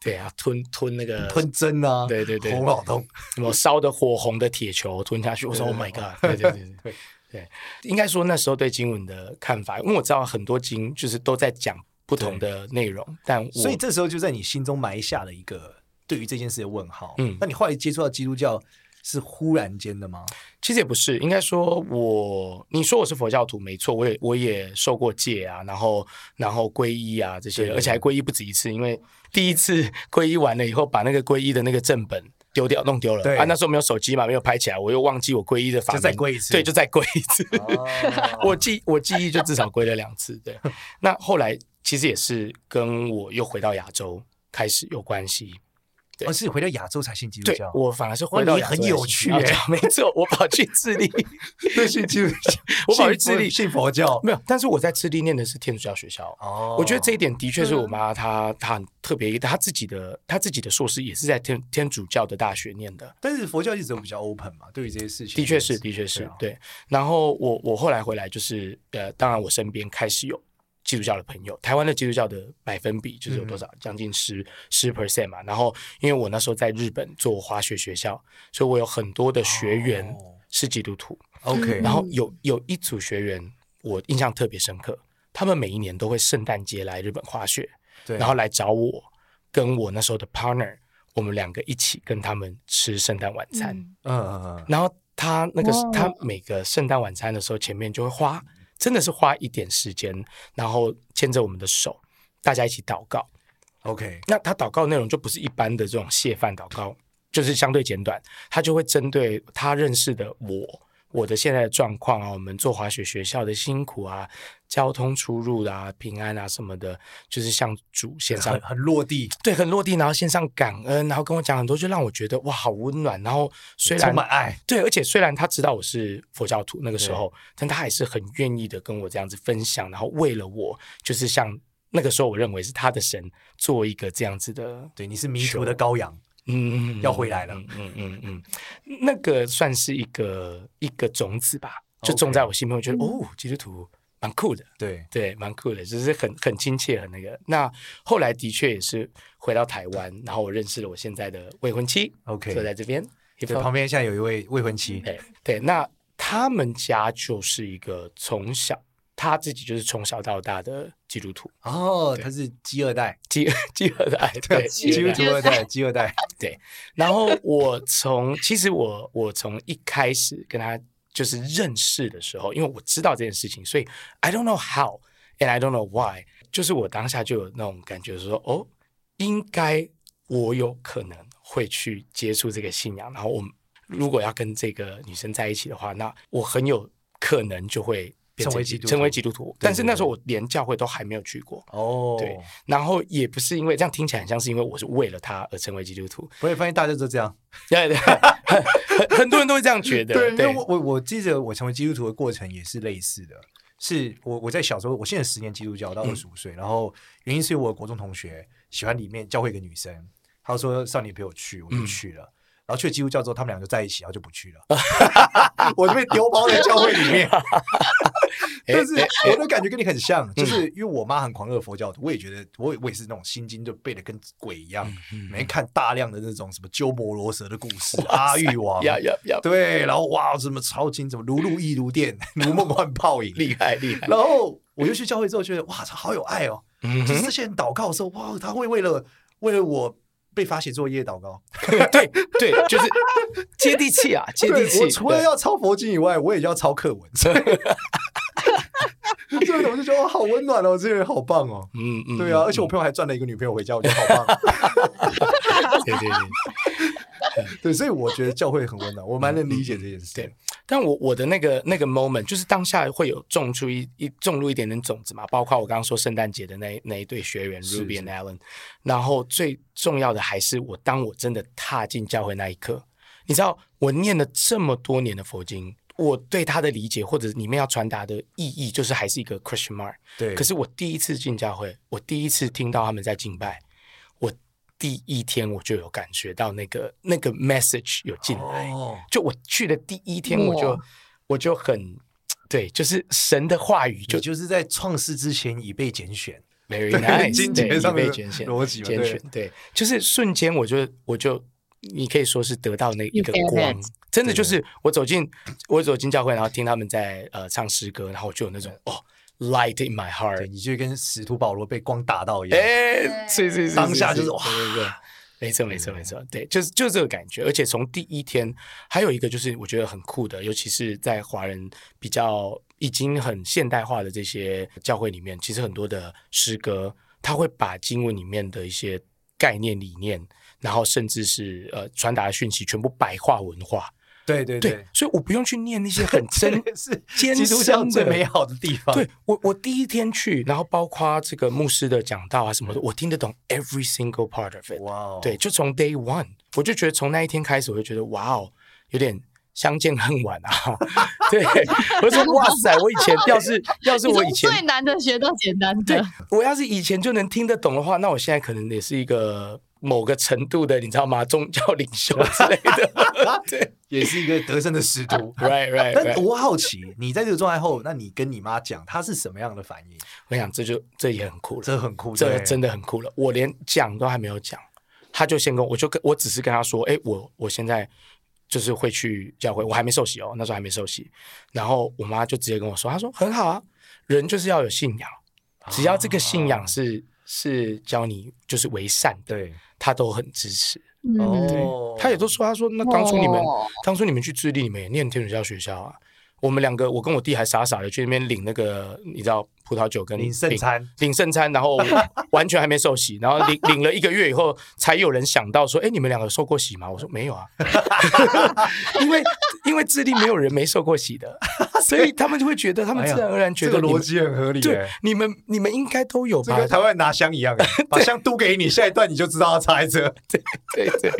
[SPEAKER 7] 对啊，吞吞那个
[SPEAKER 6] 吞针啊，
[SPEAKER 7] 对对对
[SPEAKER 6] 喉咙好痛。
[SPEAKER 7] 什么烧的火红的铁球吞下去，我说
[SPEAKER 6] 对
[SPEAKER 7] Oh my God！对对对对
[SPEAKER 6] 对
[SPEAKER 7] 对应该说那时候对经文的看法，因为我知道很多经就是都在讲不同的内容，但我
[SPEAKER 6] 所以这时候就在你心中埋下了一个对于这件事的问号。嗯
[SPEAKER 7] 嗯，
[SPEAKER 6] 那你后来接触到基督教，是忽然间的吗？
[SPEAKER 7] 其实也不是，应该说我，你说我是佛教徒没错，我也我也受过戒啊，然后然后皈依啊这些，
[SPEAKER 6] 对
[SPEAKER 7] 而且还皈依不止一次，因为第一次 皈依完了以后，把那个皈依的那个正本丢掉弄丢了，
[SPEAKER 6] 对
[SPEAKER 7] 啊那时候没有手机嘛，没有拍起来，我又忘记我皈依的法门，
[SPEAKER 6] 就再皈一次
[SPEAKER 7] 对，就再皈一次。
[SPEAKER 6] 哦
[SPEAKER 7] 我记我记忆就至少皈了两次，对。那后来其实也是跟我又回到亚洲开始有关系，
[SPEAKER 6] 而哦是回到亚洲才信基督
[SPEAKER 7] 对
[SPEAKER 6] 教，
[SPEAKER 7] 我反而是回到
[SPEAKER 6] 哇你
[SPEAKER 7] 亚洲
[SPEAKER 6] 很
[SPEAKER 7] 才
[SPEAKER 6] 有
[SPEAKER 7] 信
[SPEAKER 6] 趣
[SPEAKER 7] 基督
[SPEAKER 6] 欸
[SPEAKER 7] 教 没错，我跑去智 利，
[SPEAKER 6] 对信基督 教，
[SPEAKER 7] 我跑
[SPEAKER 6] 信
[SPEAKER 7] 去智
[SPEAKER 6] 佛
[SPEAKER 7] 利
[SPEAKER 6] 信佛教
[SPEAKER 7] 没有，但是我在智利念的是天主教学校。
[SPEAKER 6] 哦嗯
[SPEAKER 7] 我觉得这一点的确是我妈她她很特别，她自己的她自己的硕士也是在天天主教的大学念的，
[SPEAKER 6] 但是佛教一直都比较 open 嘛，对于这些事情，
[SPEAKER 7] 的确是的确是
[SPEAKER 6] 啊
[SPEAKER 7] 对。然后我我后来回来就是呃，当然我身边开始有基督教的朋友，台湾的基督教的百分比就是有多
[SPEAKER 6] 嗯
[SPEAKER 7] 少，将近十十 percent 嘛。然后因为我那时候在日本做滑雪学校，所以我有很多的学员
[SPEAKER 6] 哦嗯
[SPEAKER 7] 是基督徒，
[SPEAKER 6] OK，
[SPEAKER 7] 然后有有一组学员，我印象特别深刻，他们每一年都会圣诞节来日本滑雪，
[SPEAKER 6] 对，
[SPEAKER 7] 然后来找我，跟我那时候的 partner，我们两个一起跟他们吃圣诞晚餐。
[SPEAKER 6] 嗯嗯嗯，
[SPEAKER 7] 然后他那个是他每个圣诞晚餐的时候，前面就会花，真的是花一点时间，然后牵着我们的手，大家一起祷告。
[SPEAKER 6] OK，
[SPEAKER 7] 那他祷告内容就不是一般的这种谢饭祷告，就是相对简短，他就会针对他认识的我。我的现在的状况啊，我们做滑雪学校的辛苦啊，交通出入啊，平安啊什么的，就是向主献上
[SPEAKER 6] 很很落地，
[SPEAKER 7] 对，很落地，然后献上感恩，然后跟我讲很多，就让我觉得哇，好温暖。然后虽然
[SPEAKER 6] 充满爱，
[SPEAKER 7] 对，而且虽然他知道我是佛教徒那个时候，但他还是很愿意的跟我这样子分享，然后为了我，就是像那个时候我认为是他的神，做一个这样子的，
[SPEAKER 6] 对，你是迷途的羔羊，
[SPEAKER 7] 嗯，
[SPEAKER 6] 要回来了
[SPEAKER 7] 嗯嗯嗯嗯嗯，那个算是一个一个种子吧，就
[SPEAKER 6] OK 嗯
[SPEAKER 7] 种在我心里面，我觉得哦，基督徒蛮酷的，
[SPEAKER 6] 对，
[SPEAKER 7] 对，蛮酷的，就是很很亲切，很那个。那后来的确也是回到台湾，然后我认识了我现在的未婚妻
[SPEAKER 6] OK
[SPEAKER 7] 坐在这边，
[SPEAKER 6] 对，旁边现在有一位未婚妻，
[SPEAKER 7] 嗯对对，那他们家就是一个从小他自己就是从小到大的基督徒，
[SPEAKER 6] 哦，他是鸡二代，
[SPEAKER 7] 基基督的爱对，
[SPEAKER 6] 基
[SPEAKER 7] 基督
[SPEAKER 6] 督
[SPEAKER 7] 徒
[SPEAKER 6] 徒二代，鸡二代，
[SPEAKER 7] 然后我从其实我我从一开始跟他就是认识的时候，因为我知道这件事情，所以 I don't know how and I don't know why，就是我当下就有那种感觉说，哦，应该我有可能会去接触这个信仰，然后我如果要跟这个女生在一起的话，那我很有可能就会变
[SPEAKER 6] 成为
[SPEAKER 7] 基
[SPEAKER 6] 基督徒
[SPEAKER 7] 成为基督徒，
[SPEAKER 6] 对
[SPEAKER 7] 但是那时候我连教会都还没有去过。
[SPEAKER 6] 哦，
[SPEAKER 7] 对，然后也不是因为这样听起来很像是因为我是为了他而成为基督徒，
[SPEAKER 6] 我也发现大家都这样，
[SPEAKER 7] 对对，很很多人都会这样觉得。
[SPEAKER 6] 对，因为
[SPEAKER 7] 对
[SPEAKER 6] 我我我记得我成为基督徒的过程也是类似的，是我我在小时候，我现在十年基督教到二十五岁，然后原因是我有国中同学喜欢里面教会一个女生，她说少年陪我去，我就去了。然后去了基督教之后，他们俩就在一起，然后就不去了。我就被丢包在教会里面，但是我的感觉跟你很像，就是因为我妈很狂热佛教徒，我也觉得我也我也是那种心经就背的跟鬼一样，每天看大量的那种什么鸠摩罗什的故事、阿育王、
[SPEAKER 7] 要要要，
[SPEAKER 6] 对，然后哇，什么超金，什么如露亦如电， 如梦幻泡影。
[SPEAKER 7] 厉害厉害。
[SPEAKER 6] 然后我就去教会之后，觉得哇，他好有爱哦。
[SPEAKER 7] 嗯
[SPEAKER 6] 就是
[SPEAKER 7] 哼，
[SPEAKER 6] 这些人祷告的时候，哇，他会为了为了我被发写作业祷告，
[SPEAKER 7] 对对，就是接地气啊，接地气。
[SPEAKER 6] 对我除了
[SPEAKER 7] 对
[SPEAKER 6] 要抄佛经以外，我也要抄课 文。所以所以我就觉得哇好温暖哦，这个人好棒哦。
[SPEAKER 7] 嗯嗯，
[SPEAKER 6] 对啊，
[SPEAKER 7] 嗯
[SPEAKER 6] 而且我朋友还赚了一个女朋友回家，我觉得好 棒。
[SPEAKER 7] 对对对。
[SPEAKER 6] 对，所以我觉得教会很温暖，我蛮能理解这件事。
[SPEAKER 7] 对但我我的那个那个 moment 就是当下会有种出一一种入一点点种子嘛，包括我刚刚说圣诞节的那那一对学员
[SPEAKER 6] 是
[SPEAKER 7] Ruby
[SPEAKER 6] 是
[SPEAKER 7] and Alan，然后最重要的还是我当我真的踏进教会那一刻，你知道我念了这么多年的佛经，我对它的理解或者里面要传达的意义，就是还是一个 question mark。
[SPEAKER 6] 对，
[SPEAKER 7] 可是我第一次进教会，我第一次听到他们在敬拜，我第一天我就有感觉到那个那个 message 有进来。
[SPEAKER 6] 哦，
[SPEAKER 7] 就我去的第一天，我就我就很对，就是神的话语
[SPEAKER 6] 就
[SPEAKER 7] 就
[SPEAKER 6] 就是在创世之前已被拣选。
[SPEAKER 7] very
[SPEAKER 6] 对
[SPEAKER 7] nice，
[SPEAKER 6] 金
[SPEAKER 7] 对
[SPEAKER 6] 钱上面
[SPEAKER 7] 被
[SPEAKER 6] 的
[SPEAKER 7] 拣选
[SPEAKER 6] 逻辑嘛
[SPEAKER 7] 拣
[SPEAKER 6] 对
[SPEAKER 7] 选，对，就是瞬间我就我就你可以说是得到那一
[SPEAKER 4] You
[SPEAKER 7] 个
[SPEAKER 4] get
[SPEAKER 7] 光
[SPEAKER 4] it，
[SPEAKER 7] 真的就是我走进我走进教会，然后听他们在呃唱诗歌，然后我就有那种哦 light in my
[SPEAKER 6] 对，
[SPEAKER 7] heart，
[SPEAKER 6] 你就跟使徒保罗被光打到一样。
[SPEAKER 7] 哎哎，是是是，
[SPEAKER 6] 当下就是哇
[SPEAKER 7] 对对对没错，没错，没错，对，就是就是这个感觉。而且从第一天，还有一个就是我觉得很酷的，尤其是在华人比较已经很现代化的这些教会里面，其实很多的诗歌，它会把经文里面的一些概念、理念，然后甚至是呃传达的讯息，全部白话文化。
[SPEAKER 6] 对对
[SPEAKER 7] 对，所以我不用去念那些很真
[SPEAKER 6] 是
[SPEAKER 7] 艰
[SPEAKER 6] 基督教
[SPEAKER 7] 深
[SPEAKER 6] 最
[SPEAKER 7] 的
[SPEAKER 6] 美好的地方。
[SPEAKER 7] 对我，我第一天去，然后包括这个牧师的讲道啊什么的，我听得懂 every single part of it。
[SPEAKER 6] 哇哦，
[SPEAKER 7] 对，就从 day one，我就觉得从那一天开始，我就觉得哇哦，有点相见恨晚啊。 对，我就 说哇塞，我以前要是要是
[SPEAKER 4] 你
[SPEAKER 7] 我
[SPEAKER 4] 从
[SPEAKER 7] 以前
[SPEAKER 4] 最难的学到简单
[SPEAKER 7] 对
[SPEAKER 4] 的，
[SPEAKER 7] 我要是以前就能听得懂的话，那我现在可能也是一个某个程度的，你知道吗？宗教领袖之类 的。对。
[SPEAKER 6] 啊也是一个得胜的使徒
[SPEAKER 7] ，right right
[SPEAKER 6] 但
[SPEAKER 7] right。
[SPEAKER 6] 我好奇，你在这个状态后，那你跟你妈讲，她是什么样的反应？
[SPEAKER 7] 我想这就这也很酷了，
[SPEAKER 6] 这很酷，
[SPEAKER 7] 这
[SPEAKER 6] 对
[SPEAKER 7] 真的很酷了。我连讲都还没有讲，他就先跟我，我就跟我只是跟他说，哎，我我现在就是会去教会，我还没受洗哦，那时候还没受洗。然后我妈就直接跟我说，她说很好啊，人就是要有信仰，只要这个信
[SPEAKER 6] 啊
[SPEAKER 7] 仰是、是教你就是为善的，
[SPEAKER 6] 对。
[SPEAKER 7] 她都很支持。
[SPEAKER 4] 嗯，
[SPEAKER 6] 哦
[SPEAKER 7] 她也都说，她说那当初你们、
[SPEAKER 4] 哦
[SPEAKER 7] 当初你们去智利，你们也念天主教学校啊。我们两个，我跟我弟还傻傻的去那边领那个，你知道葡萄酒跟
[SPEAKER 6] 领圣
[SPEAKER 7] 饼
[SPEAKER 6] 餐，
[SPEAKER 7] 领圣餐，然后完全还没受洗，然后领领了一个月以后，才有人想到说：“哎，你们两个受过洗吗？”我说：“没 有啊， 因为因为智利没有人没受过洗的，所以他们就会觉得，他们自然而然觉得
[SPEAKER 6] 哎这个
[SPEAKER 7] 你们
[SPEAKER 6] 逻辑很合理
[SPEAKER 7] 对
[SPEAKER 6] 耶，
[SPEAKER 7] 你们你们应该都有
[SPEAKER 6] 这
[SPEAKER 7] 吧？
[SPEAKER 6] 跟台湾拿香一 样耶，把香嘟给你，下一段你就知道要插在这。
[SPEAKER 7] 对对，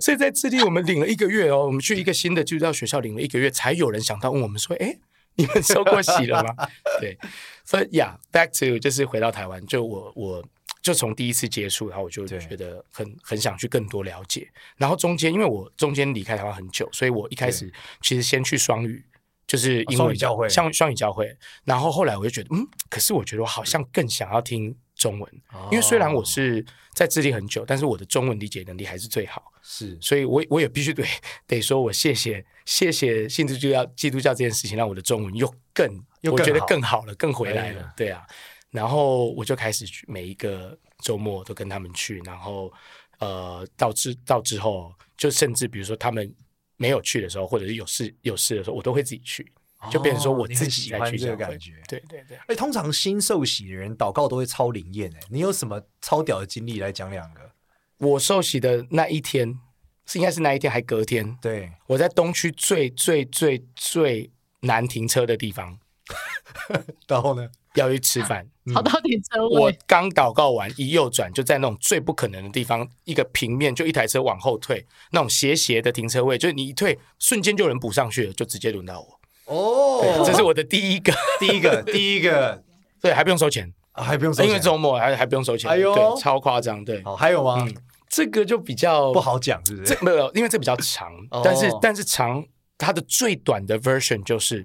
[SPEAKER 7] 所以在智利我们领了一个月哦，我们去一个新的基督教学校领了一个月，才有人想到问我们说：“哎，你们受过洗了吗？” 对，所以呀，back to 就是回到台湾，就我我就从第一次接触，然后我就
[SPEAKER 6] 对
[SPEAKER 7] 觉得很很想去更多了解。然后中间因为我中间离开台湾很久，所以我一开始其实先去双语。就是英文
[SPEAKER 6] 双语教会
[SPEAKER 7] 像双语教会。然后后来我就觉得，嗯，可是我觉得我好像更想要听中文，
[SPEAKER 6] 哦
[SPEAKER 7] 因为虽然我是在智利很久，但是我的中文理解能力还是最好。
[SPEAKER 6] 是
[SPEAKER 7] 所以我我也必须得 得说，我谢谢谢谢信基督教基督教这件事情，让我的中文又更
[SPEAKER 6] 又
[SPEAKER 7] 我
[SPEAKER 6] 更
[SPEAKER 7] 觉得
[SPEAKER 6] 好
[SPEAKER 7] 更好了，更回来
[SPEAKER 6] 哎
[SPEAKER 7] 了
[SPEAKER 6] 呀，
[SPEAKER 7] 对啊。然后我就开始去每一个周末都跟他们去，然后呃，到之到之后，就甚至比如说他们没有去的时候，或者是有事有事的时候，我都会自己去，就变成说
[SPEAKER 6] 哦
[SPEAKER 7] 我
[SPEAKER 6] 你很
[SPEAKER 7] 自己
[SPEAKER 6] 喜
[SPEAKER 7] 再
[SPEAKER 6] 欢
[SPEAKER 7] 去
[SPEAKER 6] 这个
[SPEAKER 7] 教会
[SPEAKER 6] 感觉
[SPEAKER 7] 对对对。
[SPEAKER 6] 哎，通常新受洗的人祷告都会超灵验哎，你有什么超屌的经历来讲两个？
[SPEAKER 7] 我受洗的那一天是应该是那一天，还隔天，
[SPEAKER 6] 对，
[SPEAKER 7] 我在东区最最最最难停车的地方。
[SPEAKER 6] 然后呢？
[SPEAKER 7] 要去吃
[SPEAKER 6] 啊
[SPEAKER 7] 饭。
[SPEAKER 4] 跑到停车
[SPEAKER 7] 我
[SPEAKER 4] 位，
[SPEAKER 7] 刚祷告完，一右转就在那种最不可能的地方，一个平面就一台车往后退，那种斜斜的停车位，就是你一退，瞬间就有人补上去了，就直接轮到我。
[SPEAKER 6] 哦
[SPEAKER 7] 对， 这是我的第一个，
[SPEAKER 6] 第一个，第一 个
[SPEAKER 7] 对，还不用收钱，
[SPEAKER 6] 啊还不用收钱，
[SPEAKER 7] 因为周末还还不用收钱，
[SPEAKER 6] 哎呦
[SPEAKER 7] 对，超夸张，对，
[SPEAKER 6] 好，还有吗？
[SPEAKER 7] 嗯，这个就比较
[SPEAKER 6] 不，好讲，是不是
[SPEAKER 7] 这？没有，因为这比较长
[SPEAKER 6] 哦，
[SPEAKER 7] 但是但是长，它的最短的 version 就是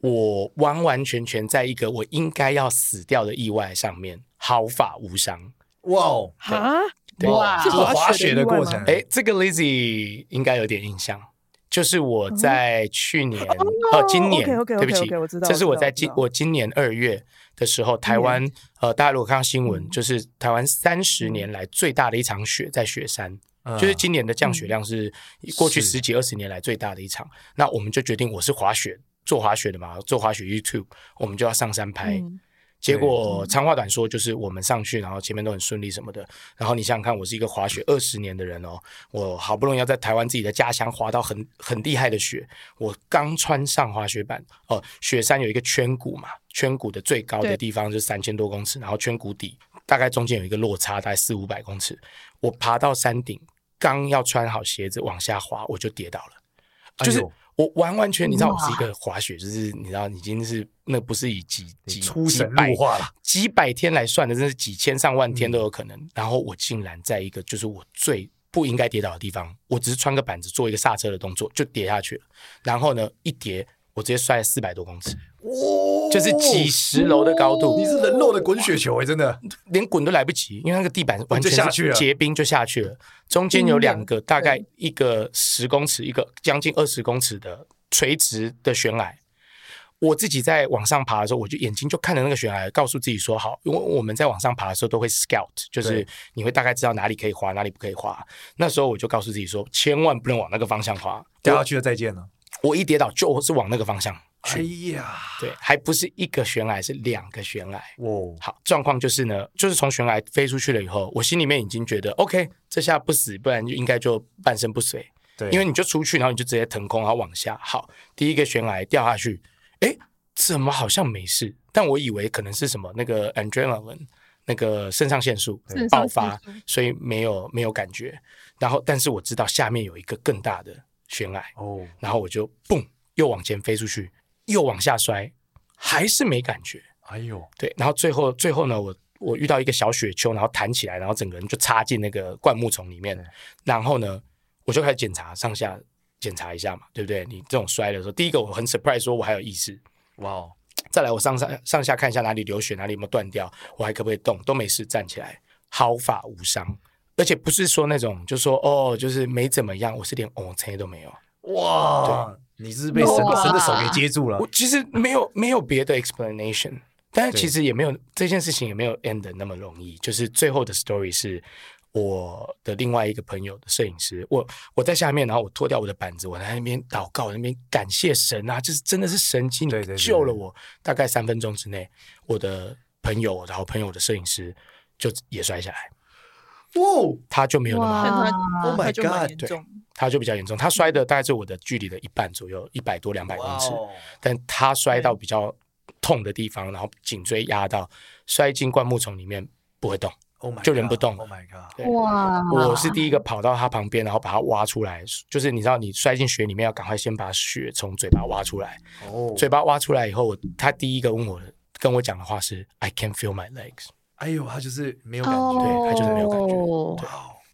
[SPEAKER 7] 我完完全全在一个我应该要死掉的意外上面毫发无伤。
[SPEAKER 6] 哇 哦，
[SPEAKER 5] 啊，
[SPEAKER 7] 对
[SPEAKER 4] 哇
[SPEAKER 6] 这是滑
[SPEAKER 5] 滑
[SPEAKER 6] 雪
[SPEAKER 5] 雪
[SPEAKER 6] 的
[SPEAKER 5] 的
[SPEAKER 6] 过
[SPEAKER 5] 意外
[SPEAKER 6] 程
[SPEAKER 5] 吗，
[SPEAKER 7] 哎，这个 Lizzy 应该有点印象，就是我在去年哦，今年
[SPEAKER 5] OK，OK，OK，OK，
[SPEAKER 7] 对不起，
[SPEAKER 5] 我知道
[SPEAKER 7] 这是
[SPEAKER 5] 我
[SPEAKER 7] 我
[SPEAKER 5] 知道
[SPEAKER 7] 在
[SPEAKER 5] 我知
[SPEAKER 7] 今
[SPEAKER 5] 道嗯
[SPEAKER 7] 我今年二月的时候，台湾呃，大家如果看到新闻，就是台湾三十年来最大的一场雪在雪山。
[SPEAKER 6] 嗯
[SPEAKER 7] 哎就是今年的降雪量是过去
[SPEAKER 6] 是
[SPEAKER 7] 十几二十年来最大的一场，那我们就决定我是滑雪做滑雪的嘛，做滑雪 YouTube，我们就要上山拍。
[SPEAKER 5] 嗯
[SPEAKER 7] 结果长话短说，就是我们上去，然后前面都很顺利什么的。然后你想想看，我是一个滑雪二十年的人哦，我好不容易要在台湾自己的家乡滑到很很厉害的雪，我刚穿上滑雪板哦、雪山有一个圈谷嘛，圈谷的最高的
[SPEAKER 5] 对
[SPEAKER 7] 地方就是三千多公尺，然后圈谷底大概中间有一个落差，大概四五百公尺。我爬到山顶，刚要穿好鞋子往下滑，我就跌倒了。
[SPEAKER 6] 哎呦
[SPEAKER 7] 就是我完完全，你知道我是一个滑雪，就是你知道已经是那不是以几
[SPEAKER 6] 你
[SPEAKER 7] 几
[SPEAKER 6] 出
[SPEAKER 7] 几
[SPEAKER 6] 神
[SPEAKER 7] 百
[SPEAKER 6] 入化了
[SPEAKER 7] 几百天来算的，真是几千上万天都有可能。然后我竟然在一个就是我最不应该跌倒的地方，我只是穿个板子做一个刹车的动作就跌下去了。然后呢，一跌我直接摔四百多公尺，
[SPEAKER 6] 哦
[SPEAKER 7] 就是几十楼的高度。
[SPEAKER 6] 你是人肉的滚雪球哎，真的
[SPEAKER 7] 连滚都来不及，因为那个地板完全
[SPEAKER 6] 就下去了
[SPEAKER 7] 是结冰就下去了。中间有两个大概一个十公尺，一个将近二十公尺的垂直的悬崖，我自己在往上爬的时候，我就眼睛就看着那个悬崖，告诉自己说好，因为我们在往上爬的时候都会 scout，就是
[SPEAKER 6] 对
[SPEAKER 7] 你会大概知道哪里可以滑，哪里不可以滑。那时候我就告诉自己说，千万不能往那个方向滑，
[SPEAKER 6] 掉下去了再见了。
[SPEAKER 7] 我一跌倒就是往那个方向
[SPEAKER 6] 哎
[SPEAKER 7] 去。
[SPEAKER 6] 呀，
[SPEAKER 7] 对，还不是一个悬崖，是两个悬崖。
[SPEAKER 6] 哇，哦
[SPEAKER 7] 好，状况就是呢，就是从悬崖飞出去了以后，我心里面已经觉得 OK，这下不死，不然就应该就半身不遂，
[SPEAKER 6] 对，
[SPEAKER 7] 因为你就出去，然后你就直接腾空，然后往下。好，第一个悬崖掉下去，诶，怎么好像没事？但我以为可能是什么那个 adrenaline。那个肾上腺素
[SPEAKER 6] 对
[SPEAKER 7] 爆发，所以没有没有感觉。然后，但是我知道下面有一个更大的悬崖，
[SPEAKER 6] 哦，
[SPEAKER 7] 然后我就嘣又往前飞出去，又往下摔，还是没感觉。
[SPEAKER 6] 哎呦，
[SPEAKER 7] 对，然后最后最后呢，我我遇到一个小雪丘，然后弹起来，然后整个人就插进那个灌木丛里面
[SPEAKER 6] 对。
[SPEAKER 7] 然后呢，我就开始检查上下检查一下嘛，对不对？你这种摔的时候，第一个我很 surprise，说我还有意识。
[SPEAKER 6] 哇哦，
[SPEAKER 7] 再来，我上上上下看一下哪里流血，哪里有没有断掉，我还可不可以动，都没事，站起来，毫发无伤。而且不是说那种，就说哦，就是没怎么样，我是连哦，这些都没有。
[SPEAKER 6] 哇，你是被神神的手给接住了
[SPEAKER 3] 哦
[SPEAKER 7] 我，其实没有没有别的 explanation，但是其实也没有这件事情也没有 end 得那么容易。就是最后的 story 是我的另外一个朋友的摄影师，我我在下面，然后我脱掉我的板子，我在那边祷告，我在那边感谢神啊，就是真的是神经
[SPEAKER 6] 对对对
[SPEAKER 7] 救了我。大概三分钟之内，我的朋友，我的好朋友，我的摄影师就也摔下来，
[SPEAKER 6] 哇哦
[SPEAKER 7] 他就没有那么
[SPEAKER 4] 哇
[SPEAKER 5] 但他
[SPEAKER 6] ，Oh
[SPEAKER 5] 他
[SPEAKER 6] my
[SPEAKER 5] 就蛮
[SPEAKER 6] God，
[SPEAKER 5] 严
[SPEAKER 7] 对
[SPEAKER 5] 重。
[SPEAKER 7] 他就比较严重，他摔的大概是我的距离的一半左右，一百多两百公尺。
[SPEAKER 6] 哇哦
[SPEAKER 7] 但他摔到比较痛的地方，然后颈椎压到，摔进灌木丛里面不会动。
[SPEAKER 6] ，Oh my，
[SPEAKER 7] 就人不动
[SPEAKER 6] o h my God，
[SPEAKER 7] 对
[SPEAKER 4] 哇，
[SPEAKER 7] 我是第一个跑到他旁边，然后把他挖出来。就是你知道，你摔进雪里面，要赶快先把血从嘴巴挖出来。
[SPEAKER 6] 哦，
[SPEAKER 7] 嘴巴挖出来以后，我他第一个问我跟我讲的话是 “I can feel my legs”，
[SPEAKER 6] 哎呦，他就是没有感
[SPEAKER 3] 哦
[SPEAKER 6] 觉，
[SPEAKER 7] 对他就是没有感觉。
[SPEAKER 4] 哦
[SPEAKER 7] 对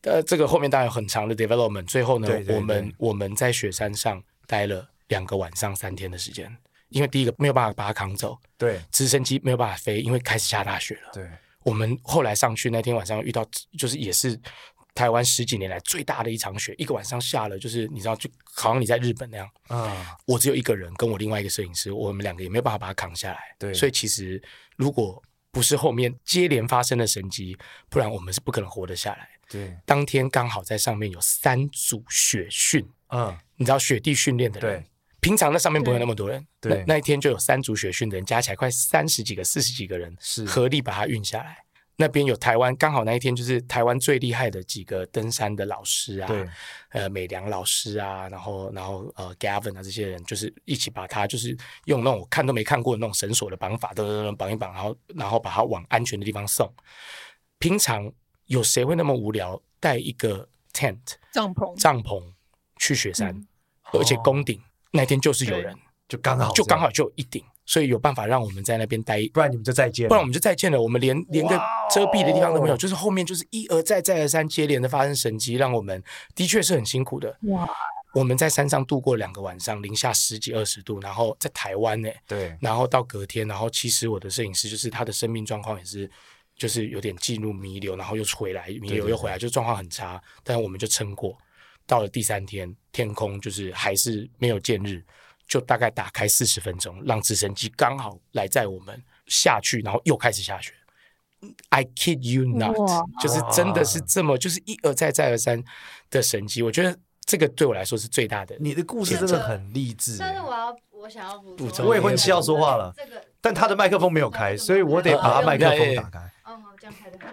[SPEAKER 7] 呃，这个后面当然有很长的 development。最后呢，
[SPEAKER 6] 对对对
[SPEAKER 7] 我们我们在雪山上待了两个晚上、三天的时间，因为第一个没有办法把他扛走，
[SPEAKER 6] 对
[SPEAKER 7] 直升机没有办法飞，因为开始下大雪了。
[SPEAKER 6] 对，
[SPEAKER 7] 我们后来上去那天晚上遇到，就是也是台湾十几年来最大的一场雪，一个晚上下了，就是你知道，就好像你在日本那样，
[SPEAKER 6] 啊，
[SPEAKER 7] 我只有一个人跟我另外一个摄影师，我们两个也没有办法把它扛下来。
[SPEAKER 6] 对
[SPEAKER 7] 所以其实如果不是后面接连发生的神机，不然我们是不可能活得下来。
[SPEAKER 6] 对，
[SPEAKER 7] 当天刚好在上面有三组雪训，
[SPEAKER 6] 嗯，
[SPEAKER 7] 你知道雪地训练的人
[SPEAKER 6] 对，
[SPEAKER 7] 平常那上面不会有那么多人，
[SPEAKER 6] 对
[SPEAKER 7] 那那一天就有三组雪训的人，加起来快三十几个、四十几个人，
[SPEAKER 6] 是
[SPEAKER 7] 合力把它运下来。那边有台湾，刚好那一天就是台湾最厉害的几个登山的老师啊，
[SPEAKER 6] 对，
[SPEAKER 7] 呃，美良老师啊，然后然后呃，Gavin 啊这些人，就是一起把它就是用那种我看都没看过的那种绳索的绑法，噔噔噔绑一绑，然后然后把它往安全的地方送。平常有谁会那么无聊带一个 tent
[SPEAKER 5] 帐篷
[SPEAKER 7] 帐篷去雪山，而且攻顶、那天就是有人，
[SPEAKER 6] 就刚好
[SPEAKER 7] 就
[SPEAKER 6] 这样啊
[SPEAKER 7] 刚好，就有一顶，所以有办法让我们在那边待一
[SPEAKER 6] 不然你们就再见，
[SPEAKER 7] 不然我们就再见了。我们连连个遮蔽的地方都没
[SPEAKER 6] 哇
[SPEAKER 7] 有，
[SPEAKER 6] 哦
[SPEAKER 7] 就是后面就是一而再再而三接连的发生神迹，让我们的确是很辛苦的。
[SPEAKER 4] 哇！
[SPEAKER 7] 我们在山上度过两个晚上，零下十几二十度，然后在台湾呢、
[SPEAKER 3] 嗯
[SPEAKER 6] 对，
[SPEAKER 7] 然后到隔天，然后其实我的摄影师就是他的生命状况也是，就是有点进入弥留，然后又回来，弥
[SPEAKER 6] 对对
[SPEAKER 7] 留
[SPEAKER 6] 对
[SPEAKER 7] 又回来，就状况很差。但我们就撑过，到了第三天，天空就是还是没有见日，就大概打开四十分钟，让直升机刚好来载我们下去，然后又开始下雪。I kid you not，
[SPEAKER 4] 哇
[SPEAKER 7] 就是真的是这么，就是一而再再而三的神迹。我觉得这个对我来说是最大的。
[SPEAKER 6] 你的故事真的很励志，
[SPEAKER 3] 但是我要，我想要补
[SPEAKER 7] 补
[SPEAKER 3] 充，
[SPEAKER 7] 充我也
[SPEAKER 3] 会
[SPEAKER 7] 昏
[SPEAKER 6] 七要说话了
[SPEAKER 3] 这个，
[SPEAKER 6] 但他的麦克风没有开，所以我得把他麦克风打开。
[SPEAKER 3] 哦，好，这样开的。好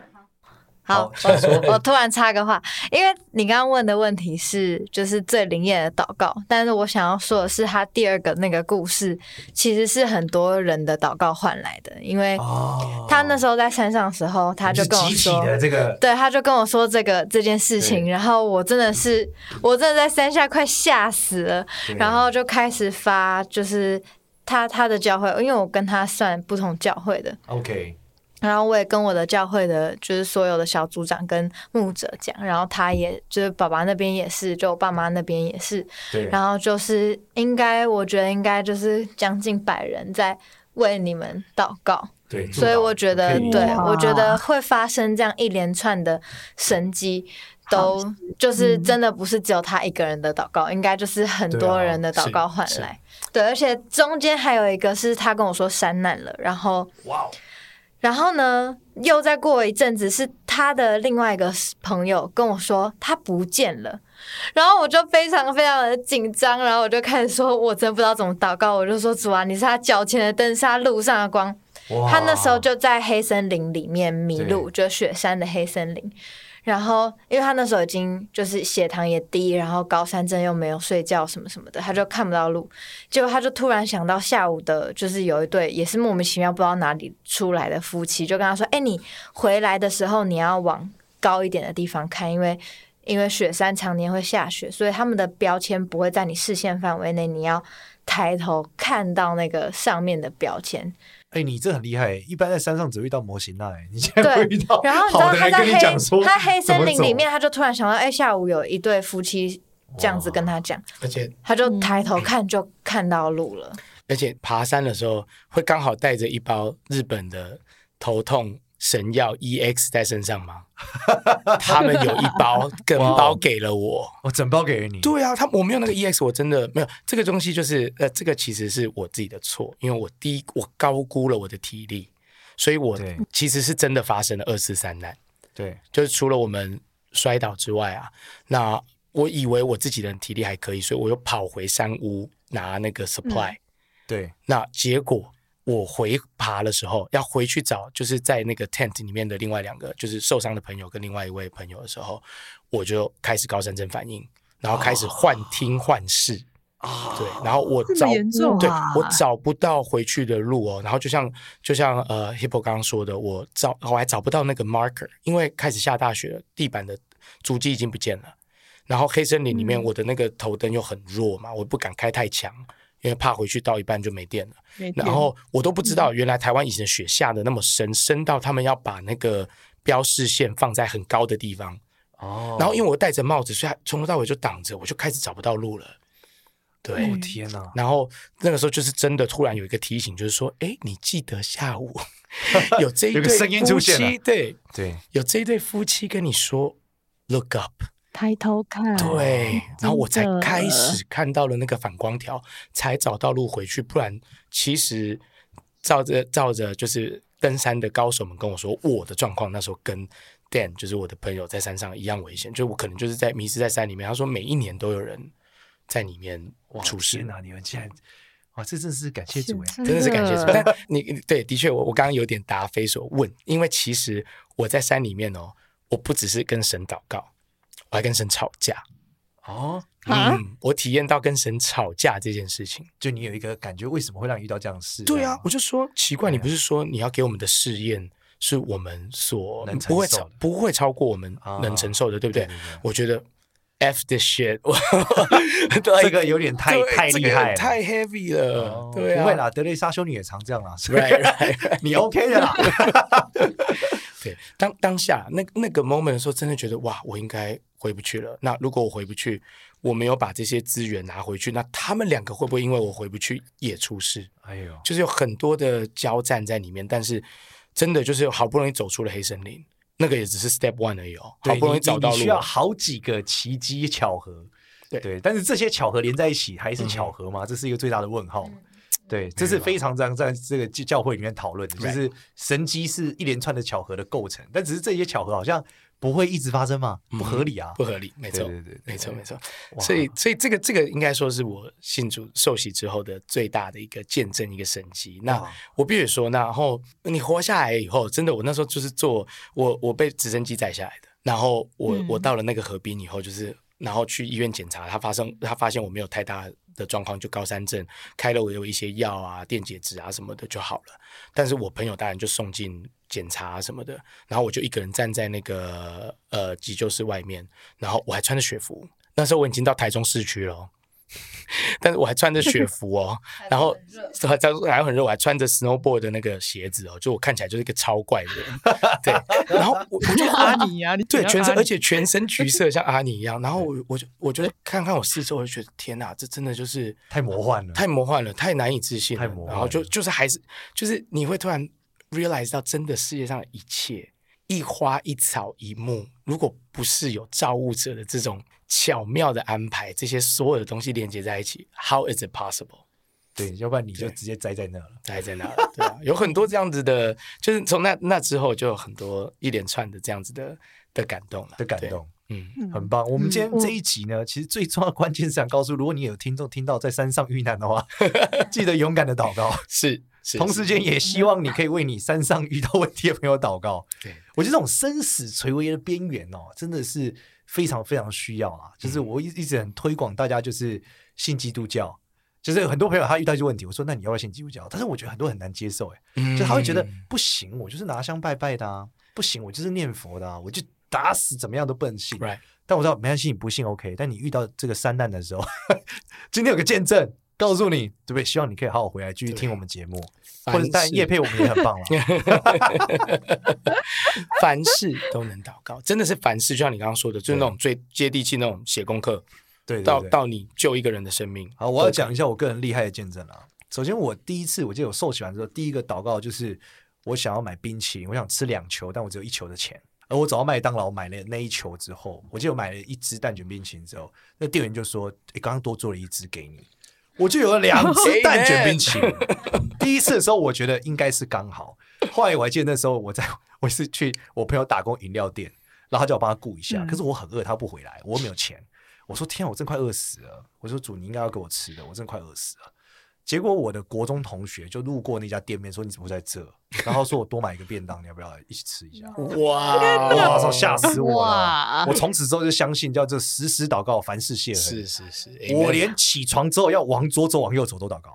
[SPEAKER 6] 好
[SPEAKER 3] 好，我我突然插个话，因为你刚刚问的问题是就是最灵验的祷告，但是我想要说的是，他第二个那个故事其实是很多人的祷告换来的，因为
[SPEAKER 6] 哦
[SPEAKER 3] 他那时候在山上的时候，他就跟我
[SPEAKER 6] 集体
[SPEAKER 3] 说，
[SPEAKER 6] 的这个，
[SPEAKER 3] 对，他就跟我说这个这件事情，
[SPEAKER 6] 对
[SPEAKER 3] 然后我真的是，我真的在山下快吓死了，
[SPEAKER 6] 对
[SPEAKER 3] 然后就开始发，就是他他的教会，因为我跟他算不同教会的，
[SPEAKER 6] OK，
[SPEAKER 3] 然后我也跟我的教会的，就是所有的小组长跟牧者讲，然后他也就是爸爸那边也是，就我爸妈那边也是，
[SPEAKER 6] 对，
[SPEAKER 3] 然后就是应该我觉得应该就是将近百人在为你们祷告，
[SPEAKER 6] 对，
[SPEAKER 3] 所以我觉得，
[SPEAKER 6] 可以
[SPEAKER 3] 对
[SPEAKER 6] 哇
[SPEAKER 3] 我觉得会发生这样一连串的神机，都就是真的不是只有他一个人的祷告，应该就是很
[SPEAKER 6] 啊
[SPEAKER 3] 多人的祷告换来。对，而且中间还有一个是他跟我说山难了，然后
[SPEAKER 6] 哇哦，
[SPEAKER 3] 然后呢，又再过一阵子是他的另外一个朋友跟我说他不见了。然后我就非常非常的紧张，然后我就开始说，我真不知道怎么祷告，我就说主啊，你是他脚前的灯，是他路上的光，
[SPEAKER 6] 哇
[SPEAKER 3] 他那时候就在黑森林里面迷路，就雪山的黑森林。然后，因为他那时候已经就是血糖也低，然后高山症又没有睡觉什么什么的，他就看不到路。结果他就突然想到下午的，就是有一对也是莫名其妙不知道哪里出来的夫妻，就跟他说：“哎，你回来的时候你要往高一点的地方看，因为因为雪山常年会下雪，所以他们的标签不会在你视线范围内，你要抬头看到那个上面的标签。”
[SPEAKER 6] 哎、你这很厉害、一般在山上只会遇到模型那、哎，你现在会
[SPEAKER 3] 对
[SPEAKER 6] 遇到，
[SPEAKER 3] 然后你知
[SPEAKER 6] 好
[SPEAKER 3] 道
[SPEAKER 6] 的
[SPEAKER 3] 他
[SPEAKER 6] 人
[SPEAKER 3] 在
[SPEAKER 6] 跟你
[SPEAKER 3] 黑
[SPEAKER 6] 讲说，
[SPEAKER 3] 他黑
[SPEAKER 6] 怎
[SPEAKER 3] 森
[SPEAKER 6] 么
[SPEAKER 3] 林里
[SPEAKER 6] 走
[SPEAKER 3] 面，他就突然想到，哎、下午有一对夫妻这样子跟他讲，
[SPEAKER 7] 而且
[SPEAKER 3] 他就抬头看就看到路了。
[SPEAKER 7] 而且爬山的时候会刚好带着一包日本的头痛神药 EX 在身上 吗？他们有一包，整包给了我。
[SPEAKER 6] 我整包给了你，
[SPEAKER 7] 哦对啊，他我没有那个 EX，我真的没有这个东西，就是呃，这个其实是我自己的错，因为我低我高估了我的体力，所以我
[SPEAKER 6] 对
[SPEAKER 7] 其实是真的发生了二次三难。
[SPEAKER 6] 对，
[SPEAKER 7] 就是除了我们摔倒之外啊，那我以为我自己的体力还可以，所以我又跑回山屋拿那个 supply、
[SPEAKER 6] 对，
[SPEAKER 7] 那结果我回爬的时候，要回去找就是在那个 tent 里面的另外两个就是受伤的朋友跟另外一位朋友的时候，我就开始高山症反应，然后开始幻听幻视。对，然后我
[SPEAKER 5] 啊这
[SPEAKER 7] 找
[SPEAKER 5] 么严重
[SPEAKER 7] 对
[SPEAKER 5] 啊
[SPEAKER 7] 我找不到回去的路哦。然后就像就像呃 Hippo 刚刚说的，我找我还找不到那个 marker，因为开始下大雪了，地板的足迹已经不见了。然后黑森林里面，我的那个头灯又很弱嘛，我不敢开太强，因为怕回去到一半就没电了。
[SPEAKER 5] 没电
[SPEAKER 7] 然后我都不知道，原来台湾以前的雪下的那么深，深到他们要把那个标示线放在很高的地方。
[SPEAKER 6] 哦
[SPEAKER 7] 然后因为我戴着帽子，所以它从头到尾就挡着，我就开始找不到路了。对，
[SPEAKER 6] 我、哦天哪、
[SPEAKER 7] 然后那个时候就是真的突然有一个提醒，就是说，哎，你记得 下午有这一
[SPEAKER 6] 有个
[SPEAKER 7] 对
[SPEAKER 6] 声音
[SPEAKER 7] 夫
[SPEAKER 6] 出现了
[SPEAKER 7] 妻，对，
[SPEAKER 6] 对，
[SPEAKER 7] 有这一对夫妻跟你说 “look up”，
[SPEAKER 4] 抬头看，哎
[SPEAKER 7] 对，然后我才
[SPEAKER 4] 真的
[SPEAKER 7] 开始看到了那个反光条，才找到路回去。不然，其实照着照着就是登山的高手们跟我说，我的状况那时候跟 Dan 就是我的朋友在山上一样危险，就我可能就是在迷失在山里面。他说每一年都有人在里面
[SPEAKER 6] 哇，
[SPEAKER 7] 出事
[SPEAKER 6] 天。哪、你们竟然，哇，这真是感谢主哎，
[SPEAKER 7] 真的是感谢主。 但你你对，的确，我我刚刚有点答非所问，因为其实我在山里面哦，我不只是跟神祷告，我还跟神吵架。
[SPEAKER 6] 哦，
[SPEAKER 5] 啊，
[SPEAKER 7] 嗯，我体验到跟神吵架这件事情。
[SPEAKER 6] 就你有一个感觉，为什么会让你遇到这样的事？
[SPEAKER 7] 对
[SPEAKER 6] 这样
[SPEAKER 7] 啊
[SPEAKER 6] 吗，
[SPEAKER 7] 我就说奇怪，
[SPEAKER 6] 对啊
[SPEAKER 7] 你不是说你要给我们的试验是我们所
[SPEAKER 6] 能承
[SPEAKER 7] 不会
[SPEAKER 6] 受
[SPEAKER 7] 超
[SPEAKER 6] 的
[SPEAKER 7] 不会超过我们
[SPEAKER 6] 啊
[SPEAKER 7] 能承受的，对不对？
[SPEAKER 6] 对对对
[SPEAKER 7] 我觉得 f this shit，我 对
[SPEAKER 6] 这个有点太
[SPEAKER 7] 对
[SPEAKER 6] 太
[SPEAKER 7] 这
[SPEAKER 6] 厉
[SPEAKER 7] 个
[SPEAKER 6] 害了
[SPEAKER 7] 太 heavy 了
[SPEAKER 6] 哦，
[SPEAKER 7] 对啊，
[SPEAKER 6] 不会啦，德雷莎修女也常这样啦，所以
[SPEAKER 7] Right, right, right.
[SPEAKER 6] 你 OK 的啦，
[SPEAKER 7] 对，当当下那那个 moment 的时候，真的觉得哇，我应该回不去了。那如果我回不去，我没有把这些资源拿回去，那他们两个会不会因为我回不去也出事？
[SPEAKER 6] 哎呦，
[SPEAKER 7] 就是有很多的交战在里面，但是真的就是好不容易走出了黑森林，那个也只是 step one 而已哦，
[SPEAKER 6] 对
[SPEAKER 7] 好不容
[SPEAKER 6] 你
[SPEAKER 7] 易找
[SPEAKER 6] 你
[SPEAKER 7] 到
[SPEAKER 6] 你
[SPEAKER 7] 路
[SPEAKER 6] 需要
[SPEAKER 7] 哦。
[SPEAKER 6] 好几个奇迹巧合。
[SPEAKER 7] 对
[SPEAKER 6] 对，但是这些巧合连在一起还是
[SPEAKER 7] 嗯
[SPEAKER 6] 巧合吗？这是一个最大的问号嘛。对，这是非常常在这个教会里面讨论的，就
[SPEAKER 7] Right
[SPEAKER 6] 是神机是一连串的巧合的构成，但只是这些巧合好像不会一直发生嘛，不合理啊。
[SPEAKER 7] 不合理，嗯没错，
[SPEAKER 6] 对对对对
[SPEAKER 7] 没错，没错。
[SPEAKER 6] 哇
[SPEAKER 7] 所以，所以这个这个应该说是我信主受洗之后的最大的一个见证，一个神迹。那
[SPEAKER 6] 哇
[SPEAKER 7] 我必须说，那然后你活下来以后，真的，我那时候就是坐我我被直升机载下来的，然后我、
[SPEAKER 6] 嗯
[SPEAKER 7] 我到了那个河滨以后，就是然后去医院检查，他发生他发现我没有太大的状况，就高山症，开了我有一些药啊、电解质啊什么的就好了。但是我朋友当然就送进检查什么的，然后我就一个人站在那个呃急救室外面，然后我还穿着雪服，那时候我已经到台中市区了哦， 但是我还穿着雪服哦，然后还还很热，我还穿着 snowboard 的那个鞋子哦，就我看起来就是一个超怪的人，对，然后我我就
[SPEAKER 5] 阿尼啊，你
[SPEAKER 7] 对，
[SPEAKER 5] 你要
[SPEAKER 7] 全身
[SPEAKER 5] 阿尼
[SPEAKER 7] 而且全身橘色，像阿尼一样。然后我我就我就看看我四周，我就觉得天哪，这真的就是
[SPEAKER 6] 太魔幻了
[SPEAKER 7] 太魔幻了，太难以置信了，
[SPEAKER 6] 太魔幻了
[SPEAKER 7] 然后就就是还是就是你会突然 realize 到真的世界上的一切，一花一草一木，如果不是有造物者的这种巧妙的安排，这些所有的东西连接在一起，How is it possible？
[SPEAKER 6] 对，要不然你就直接栽在那了。
[SPEAKER 7] 待在那儿，对啊，有很多这样子的，就是从那那之后就有很多一连串的这样子的的感动了
[SPEAKER 6] 的感
[SPEAKER 7] 对
[SPEAKER 6] 动，
[SPEAKER 7] 嗯，
[SPEAKER 6] 很棒。我们今天这一集呢，其实最重要的关键是想告诉，如果你有听众听到在山上遇难的 话，记得勇敢的祷告。
[SPEAKER 7] 是是，
[SPEAKER 6] 同时
[SPEAKER 7] 是
[SPEAKER 6] 间也希望你可以为你山上遇到问题的朋友祷告。
[SPEAKER 7] 对，
[SPEAKER 6] 我觉得这种生死垂危的边缘哦，真的是非常非常需要啊！就是
[SPEAKER 7] 嗯
[SPEAKER 6] 我一一直很推广大家就是信基督教，就是有很多朋友他遇到一些问题，我说那你要不要信基督教？但是我觉得很多人很难接受，哎，
[SPEAKER 7] 嗯
[SPEAKER 6] 就他会觉得不行，我就是拿香拜拜的啊，不行，我就是念佛的啊，我就打死怎么样都不能信。
[SPEAKER 7] right
[SPEAKER 6] 但我知道没关系，你不信 OK，但你遇到这个三难的时候， 今天有个见证告诉你，对不对？希望你可以好好回来继续
[SPEAKER 7] 对
[SPEAKER 6] 听我们节目，
[SPEAKER 7] 凡
[SPEAKER 6] 或者但
[SPEAKER 7] 事
[SPEAKER 6] 叶佩我们也很棒了。
[SPEAKER 7] 凡事都能祷告，真的是凡事，就像你刚刚说的，就是那种最接地气那种写功课，
[SPEAKER 6] 对对
[SPEAKER 7] 到
[SPEAKER 6] 对。
[SPEAKER 7] 到你救一个人的生命，
[SPEAKER 6] 好，我要讲一下我个人厉害的见证啊。首先，我第一次我记得我受洗完之后，第一个祷告就是我想要买冰淇淋，我想吃两球，但我只有一球的钱。而我走到麦当劳买了那一球之后，我记得我买了一只蛋卷冰淇淋之后，那店员就说：“诶，刚刚多做了一只给你。”我就有了两只蛋卷冰淇淋。第一次的时候，我觉得应该是刚好。后来我还记得那时候我在我是去我朋友打工饮料店，然后他叫我帮他顾一下，
[SPEAKER 5] 嗯
[SPEAKER 6] 可是我很饿，他不回来，我又没有钱。我说天啊，我真快饿死了！我说主，你应该要给我吃的，我真快饿死了。结果我的国中同学就路过那家店面，说你怎么会在这？然后说我多买一个便当，你要不要一起吃一下？
[SPEAKER 7] 哇，
[SPEAKER 6] 哇操，吓死我了
[SPEAKER 4] 哇！
[SPEAKER 6] 我从此之后就相信叫这时时祷告，凡事谢恩
[SPEAKER 7] 是。是是，
[SPEAKER 6] 我
[SPEAKER 7] Amen
[SPEAKER 6] 连起床之后要往左走、往右走都祷 告。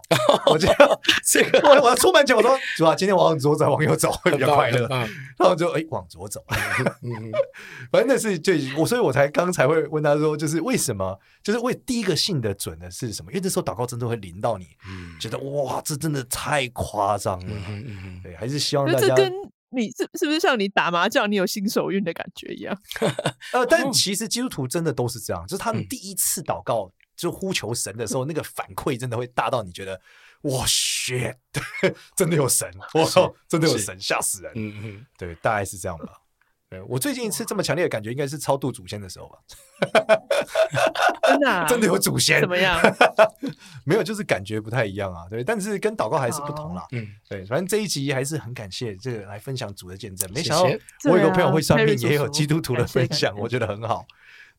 [SPEAKER 6] 我这 这个，我我要出门前我说主啊，今天我往左走、往右走会比
[SPEAKER 7] 很
[SPEAKER 6] 较
[SPEAKER 7] 棒
[SPEAKER 6] 快乐
[SPEAKER 7] 很。棒
[SPEAKER 6] 然后就哎、往左走，
[SPEAKER 7] 嗯，
[SPEAKER 6] 反正那是最我，所以我才刚才会问他说，就是为什么，就是为第一个信的准的是什么？因为这时候祷告真的会临到你，
[SPEAKER 7] 嗯
[SPEAKER 6] 觉得哇，这真的太夸张了。
[SPEAKER 7] 嗯哼嗯哼
[SPEAKER 6] 对，还是希望
[SPEAKER 5] 那
[SPEAKER 6] 大
[SPEAKER 5] 这
[SPEAKER 6] 家
[SPEAKER 5] 跟你是是不是像你打麻将，你有新手运的感觉一样？
[SPEAKER 6] 呃，但其实基督徒真的都是这样，就是他们
[SPEAKER 7] 哦嗯
[SPEAKER 6] 第一次祷告就呼求神的时 候，那个反馈真的会大到你觉得哇 shit，真的有神，哇
[SPEAKER 7] 是，
[SPEAKER 6] 真的有
[SPEAKER 7] 是
[SPEAKER 6] 神，吓死人。
[SPEAKER 7] 嗯哼。
[SPEAKER 6] 对，大概是这样吧。对我最近一次这么强烈的感觉，应该是超度祖先的时候吧，
[SPEAKER 5] 真的、啊、
[SPEAKER 6] 真的有祖先，
[SPEAKER 5] 怎么样？啊
[SPEAKER 6] 没有，就是感觉不太一样啊，对，但是跟祷告还是不同啦。
[SPEAKER 7] 嗯，
[SPEAKER 6] 对，反正这一集还是很感谢这个来分享主的见证。没
[SPEAKER 7] 谢
[SPEAKER 6] 想到
[SPEAKER 7] 谢
[SPEAKER 6] 我有
[SPEAKER 5] 对
[SPEAKER 6] 个
[SPEAKER 5] 啊
[SPEAKER 6] 朋友会算命，
[SPEAKER 5] Harry
[SPEAKER 6] 也有
[SPEAKER 5] 叔叔
[SPEAKER 6] 基督徒的
[SPEAKER 5] 感谢
[SPEAKER 6] 分
[SPEAKER 5] 感
[SPEAKER 6] 享，
[SPEAKER 5] 谢
[SPEAKER 6] 我觉得很好。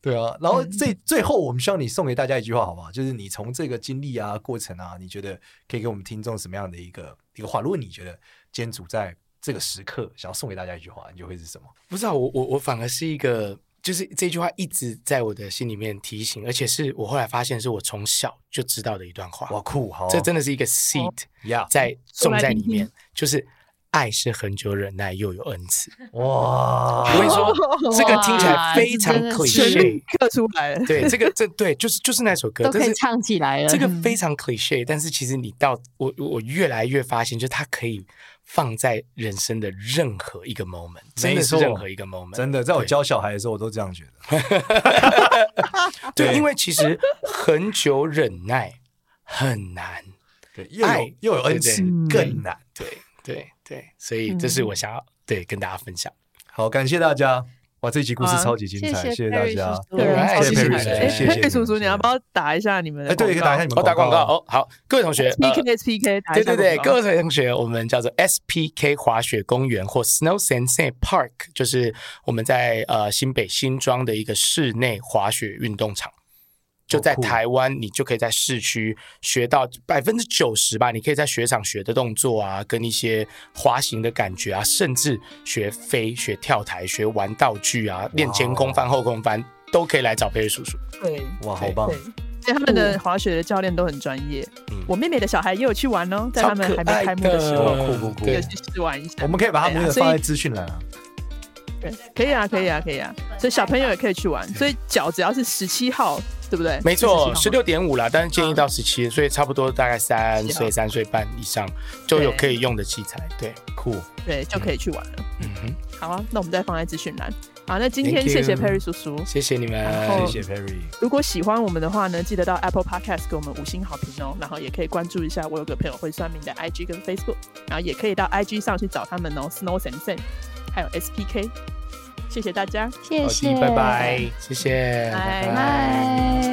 [SPEAKER 6] 对啊，然
[SPEAKER 5] 嗯
[SPEAKER 6] 后最最后，我们希望你送给大家一句话，好不好？就是你从这个经历啊、过程啊，你觉得可以给我们听众什么样的一个一个话？如果你觉得今天主在这个时刻想要送给大家一句话，你就会是什么？
[SPEAKER 7] 不知道我我我反而是一个，就是这句话一直在我的心里面提醒，而且是我后来发现是我从小就知道的一段话，
[SPEAKER 6] 哇，酷！好，
[SPEAKER 7] 这真的是一个 seed
[SPEAKER 6] 呀，
[SPEAKER 4] 嗯
[SPEAKER 7] 在种在里
[SPEAKER 5] 说来听
[SPEAKER 7] 面，就是爱是恒久忍耐又有恩 慈。
[SPEAKER 6] 哇，
[SPEAKER 7] 我跟你说，这个听起来非常
[SPEAKER 3] 这真的
[SPEAKER 7] c
[SPEAKER 3] 是
[SPEAKER 7] l i
[SPEAKER 5] 旋
[SPEAKER 7] c
[SPEAKER 5] 律
[SPEAKER 7] h
[SPEAKER 5] 刻出来了，
[SPEAKER 7] 对，这个这对就是就是那首歌，
[SPEAKER 4] 都可
[SPEAKER 7] 但是
[SPEAKER 4] 以唱起来了
[SPEAKER 7] 这个 非常 cliche，但是其实你到我我我越来越发现，就是它可以放在人生的任何一个 moment，真的是
[SPEAKER 6] 没错
[SPEAKER 7] 任何一个 moment，
[SPEAKER 6] 真的，在我
[SPEAKER 7] 对
[SPEAKER 6] 教小孩的时候，我都这样觉得。
[SPEAKER 7] 对，
[SPEAKER 6] 对
[SPEAKER 7] 因为其实很久忍耐很难，
[SPEAKER 6] 对，又有
[SPEAKER 7] 爱
[SPEAKER 6] 又有恩
[SPEAKER 7] 对
[SPEAKER 6] 赐
[SPEAKER 7] 对
[SPEAKER 5] 嗯
[SPEAKER 6] 更难。
[SPEAKER 7] 对对对，所以
[SPEAKER 4] 嗯
[SPEAKER 7] 这是我想要、对跟大家分享。
[SPEAKER 6] 好，感谢大家。哇，这集故事
[SPEAKER 5] 啊
[SPEAKER 6] 超级精彩，谢
[SPEAKER 3] 谢
[SPEAKER 6] 大
[SPEAKER 3] Perry
[SPEAKER 6] 家
[SPEAKER 3] 叔。叔
[SPEAKER 5] 对啊，
[SPEAKER 7] Alright，
[SPEAKER 5] 超级
[SPEAKER 7] 谢谢
[SPEAKER 5] 感人
[SPEAKER 7] 谢谢谢谢
[SPEAKER 5] 哎佩叔叔，你要不要打一下你们的
[SPEAKER 6] 哎，对，打一下你
[SPEAKER 7] 哦，
[SPEAKER 6] 们
[SPEAKER 7] 打广告
[SPEAKER 6] 哦。
[SPEAKER 7] 哦，好，各位同学。呃
[SPEAKER 6] 啊
[SPEAKER 5] PK PK 打一
[SPEAKER 7] 对对
[SPEAKER 5] 下
[SPEAKER 7] 对，
[SPEAKER 5] 广
[SPEAKER 7] 各
[SPEAKER 5] 告
[SPEAKER 7] 位同学，我们叫做 SPK 滑雪公园或 Snow Sensei Park，就是我们在呃新北新庄的一个室内滑雪运动场。就在
[SPEAKER 6] 酷
[SPEAKER 7] 台湾，你就可以在市区学到百分之九十吧，你可以在雪场学的动作啊，跟一些滑行的感觉啊，甚至学飞、学跳台、学玩道具啊，
[SPEAKER 5] 哦
[SPEAKER 7] 练前空翻、后空翻，都可以来找佩瑞叔叔。
[SPEAKER 5] 对。嗯
[SPEAKER 6] 哇，好棒！
[SPEAKER 5] 所以他们的滑雪的教练都很专业
[SPEAKER 7] 嗯。
[SPEAKER 5] 我妹妹的小孩也有去玩哦，在他们还没开幕的时
[SPEAKER 7] 超
[SPEAKER 5] 候
[SPEAKER 7] 可爱，的
[SPEAKER 6] 哦酷酷酷
[SPEAKER 5] 有
[SPEAKER 7] 对
[SPEAKER 5] 去试玩一下
[SPEAKER 6] 我。们可以把他们的
[SPEAKER 5] 对啊所以
[SPEAKER 6] 放在资讯栏啊。
[SPEAKER 5] 对可以啊，可以啊，可以啊。所以小朋友也可以去玩。所以脚只要是十七号，对不对？
[SPEAKER 7] 没错，
[SPEAKER 5] 是
[SPEAKER 7] 十
[SPEAKER 5] 17号
[SPEAKER 7] 六点五啦，但是
[SPEAKER 5] 嗯
[SPEAKER 7] 建议到十七、所以差不多大概三
[SPEAKER 5] 17
[SPEAKER 7] 岁、三岁半以上就有可以用的器材。对，
[SPEAKER 6] 酷，
[SPEAKER 5] 对就可以去玩了。
[SPEAKER 7] 嗯哼，
[SPEAKER 5] 好啊，那我们再放在资讯栏。好，那今天
[SPEAKER 7] Thank you
[SPEAKER 5] 谢谢 Perry 叔叔。
[SPEAKER 7] 谢谢你
[SPEAKER 5] 然后
[SPEAKER 7] 们，
[SPEAKER 6] 谢谢 Perry。
[SPEAKER 5] 如果喜欢我们的话呢，记得到 Apple Podcast 给我们五星好评哦。然后也可以关注一下我有个朋友会算命的 IG 跟 Facebook，然后也可以到 IG 上去找他们哦，Snow Sensen，还有 SPK。谢谢大家。
[SPEAKER 3] 谢
[SPEAKER 6] 好
[SPEAKER 3] 谢，
[SPEAKER 6] 的，拜拜。
[SPEAKER 7] 谢谢，
[SPEAKER 3] 拜拜。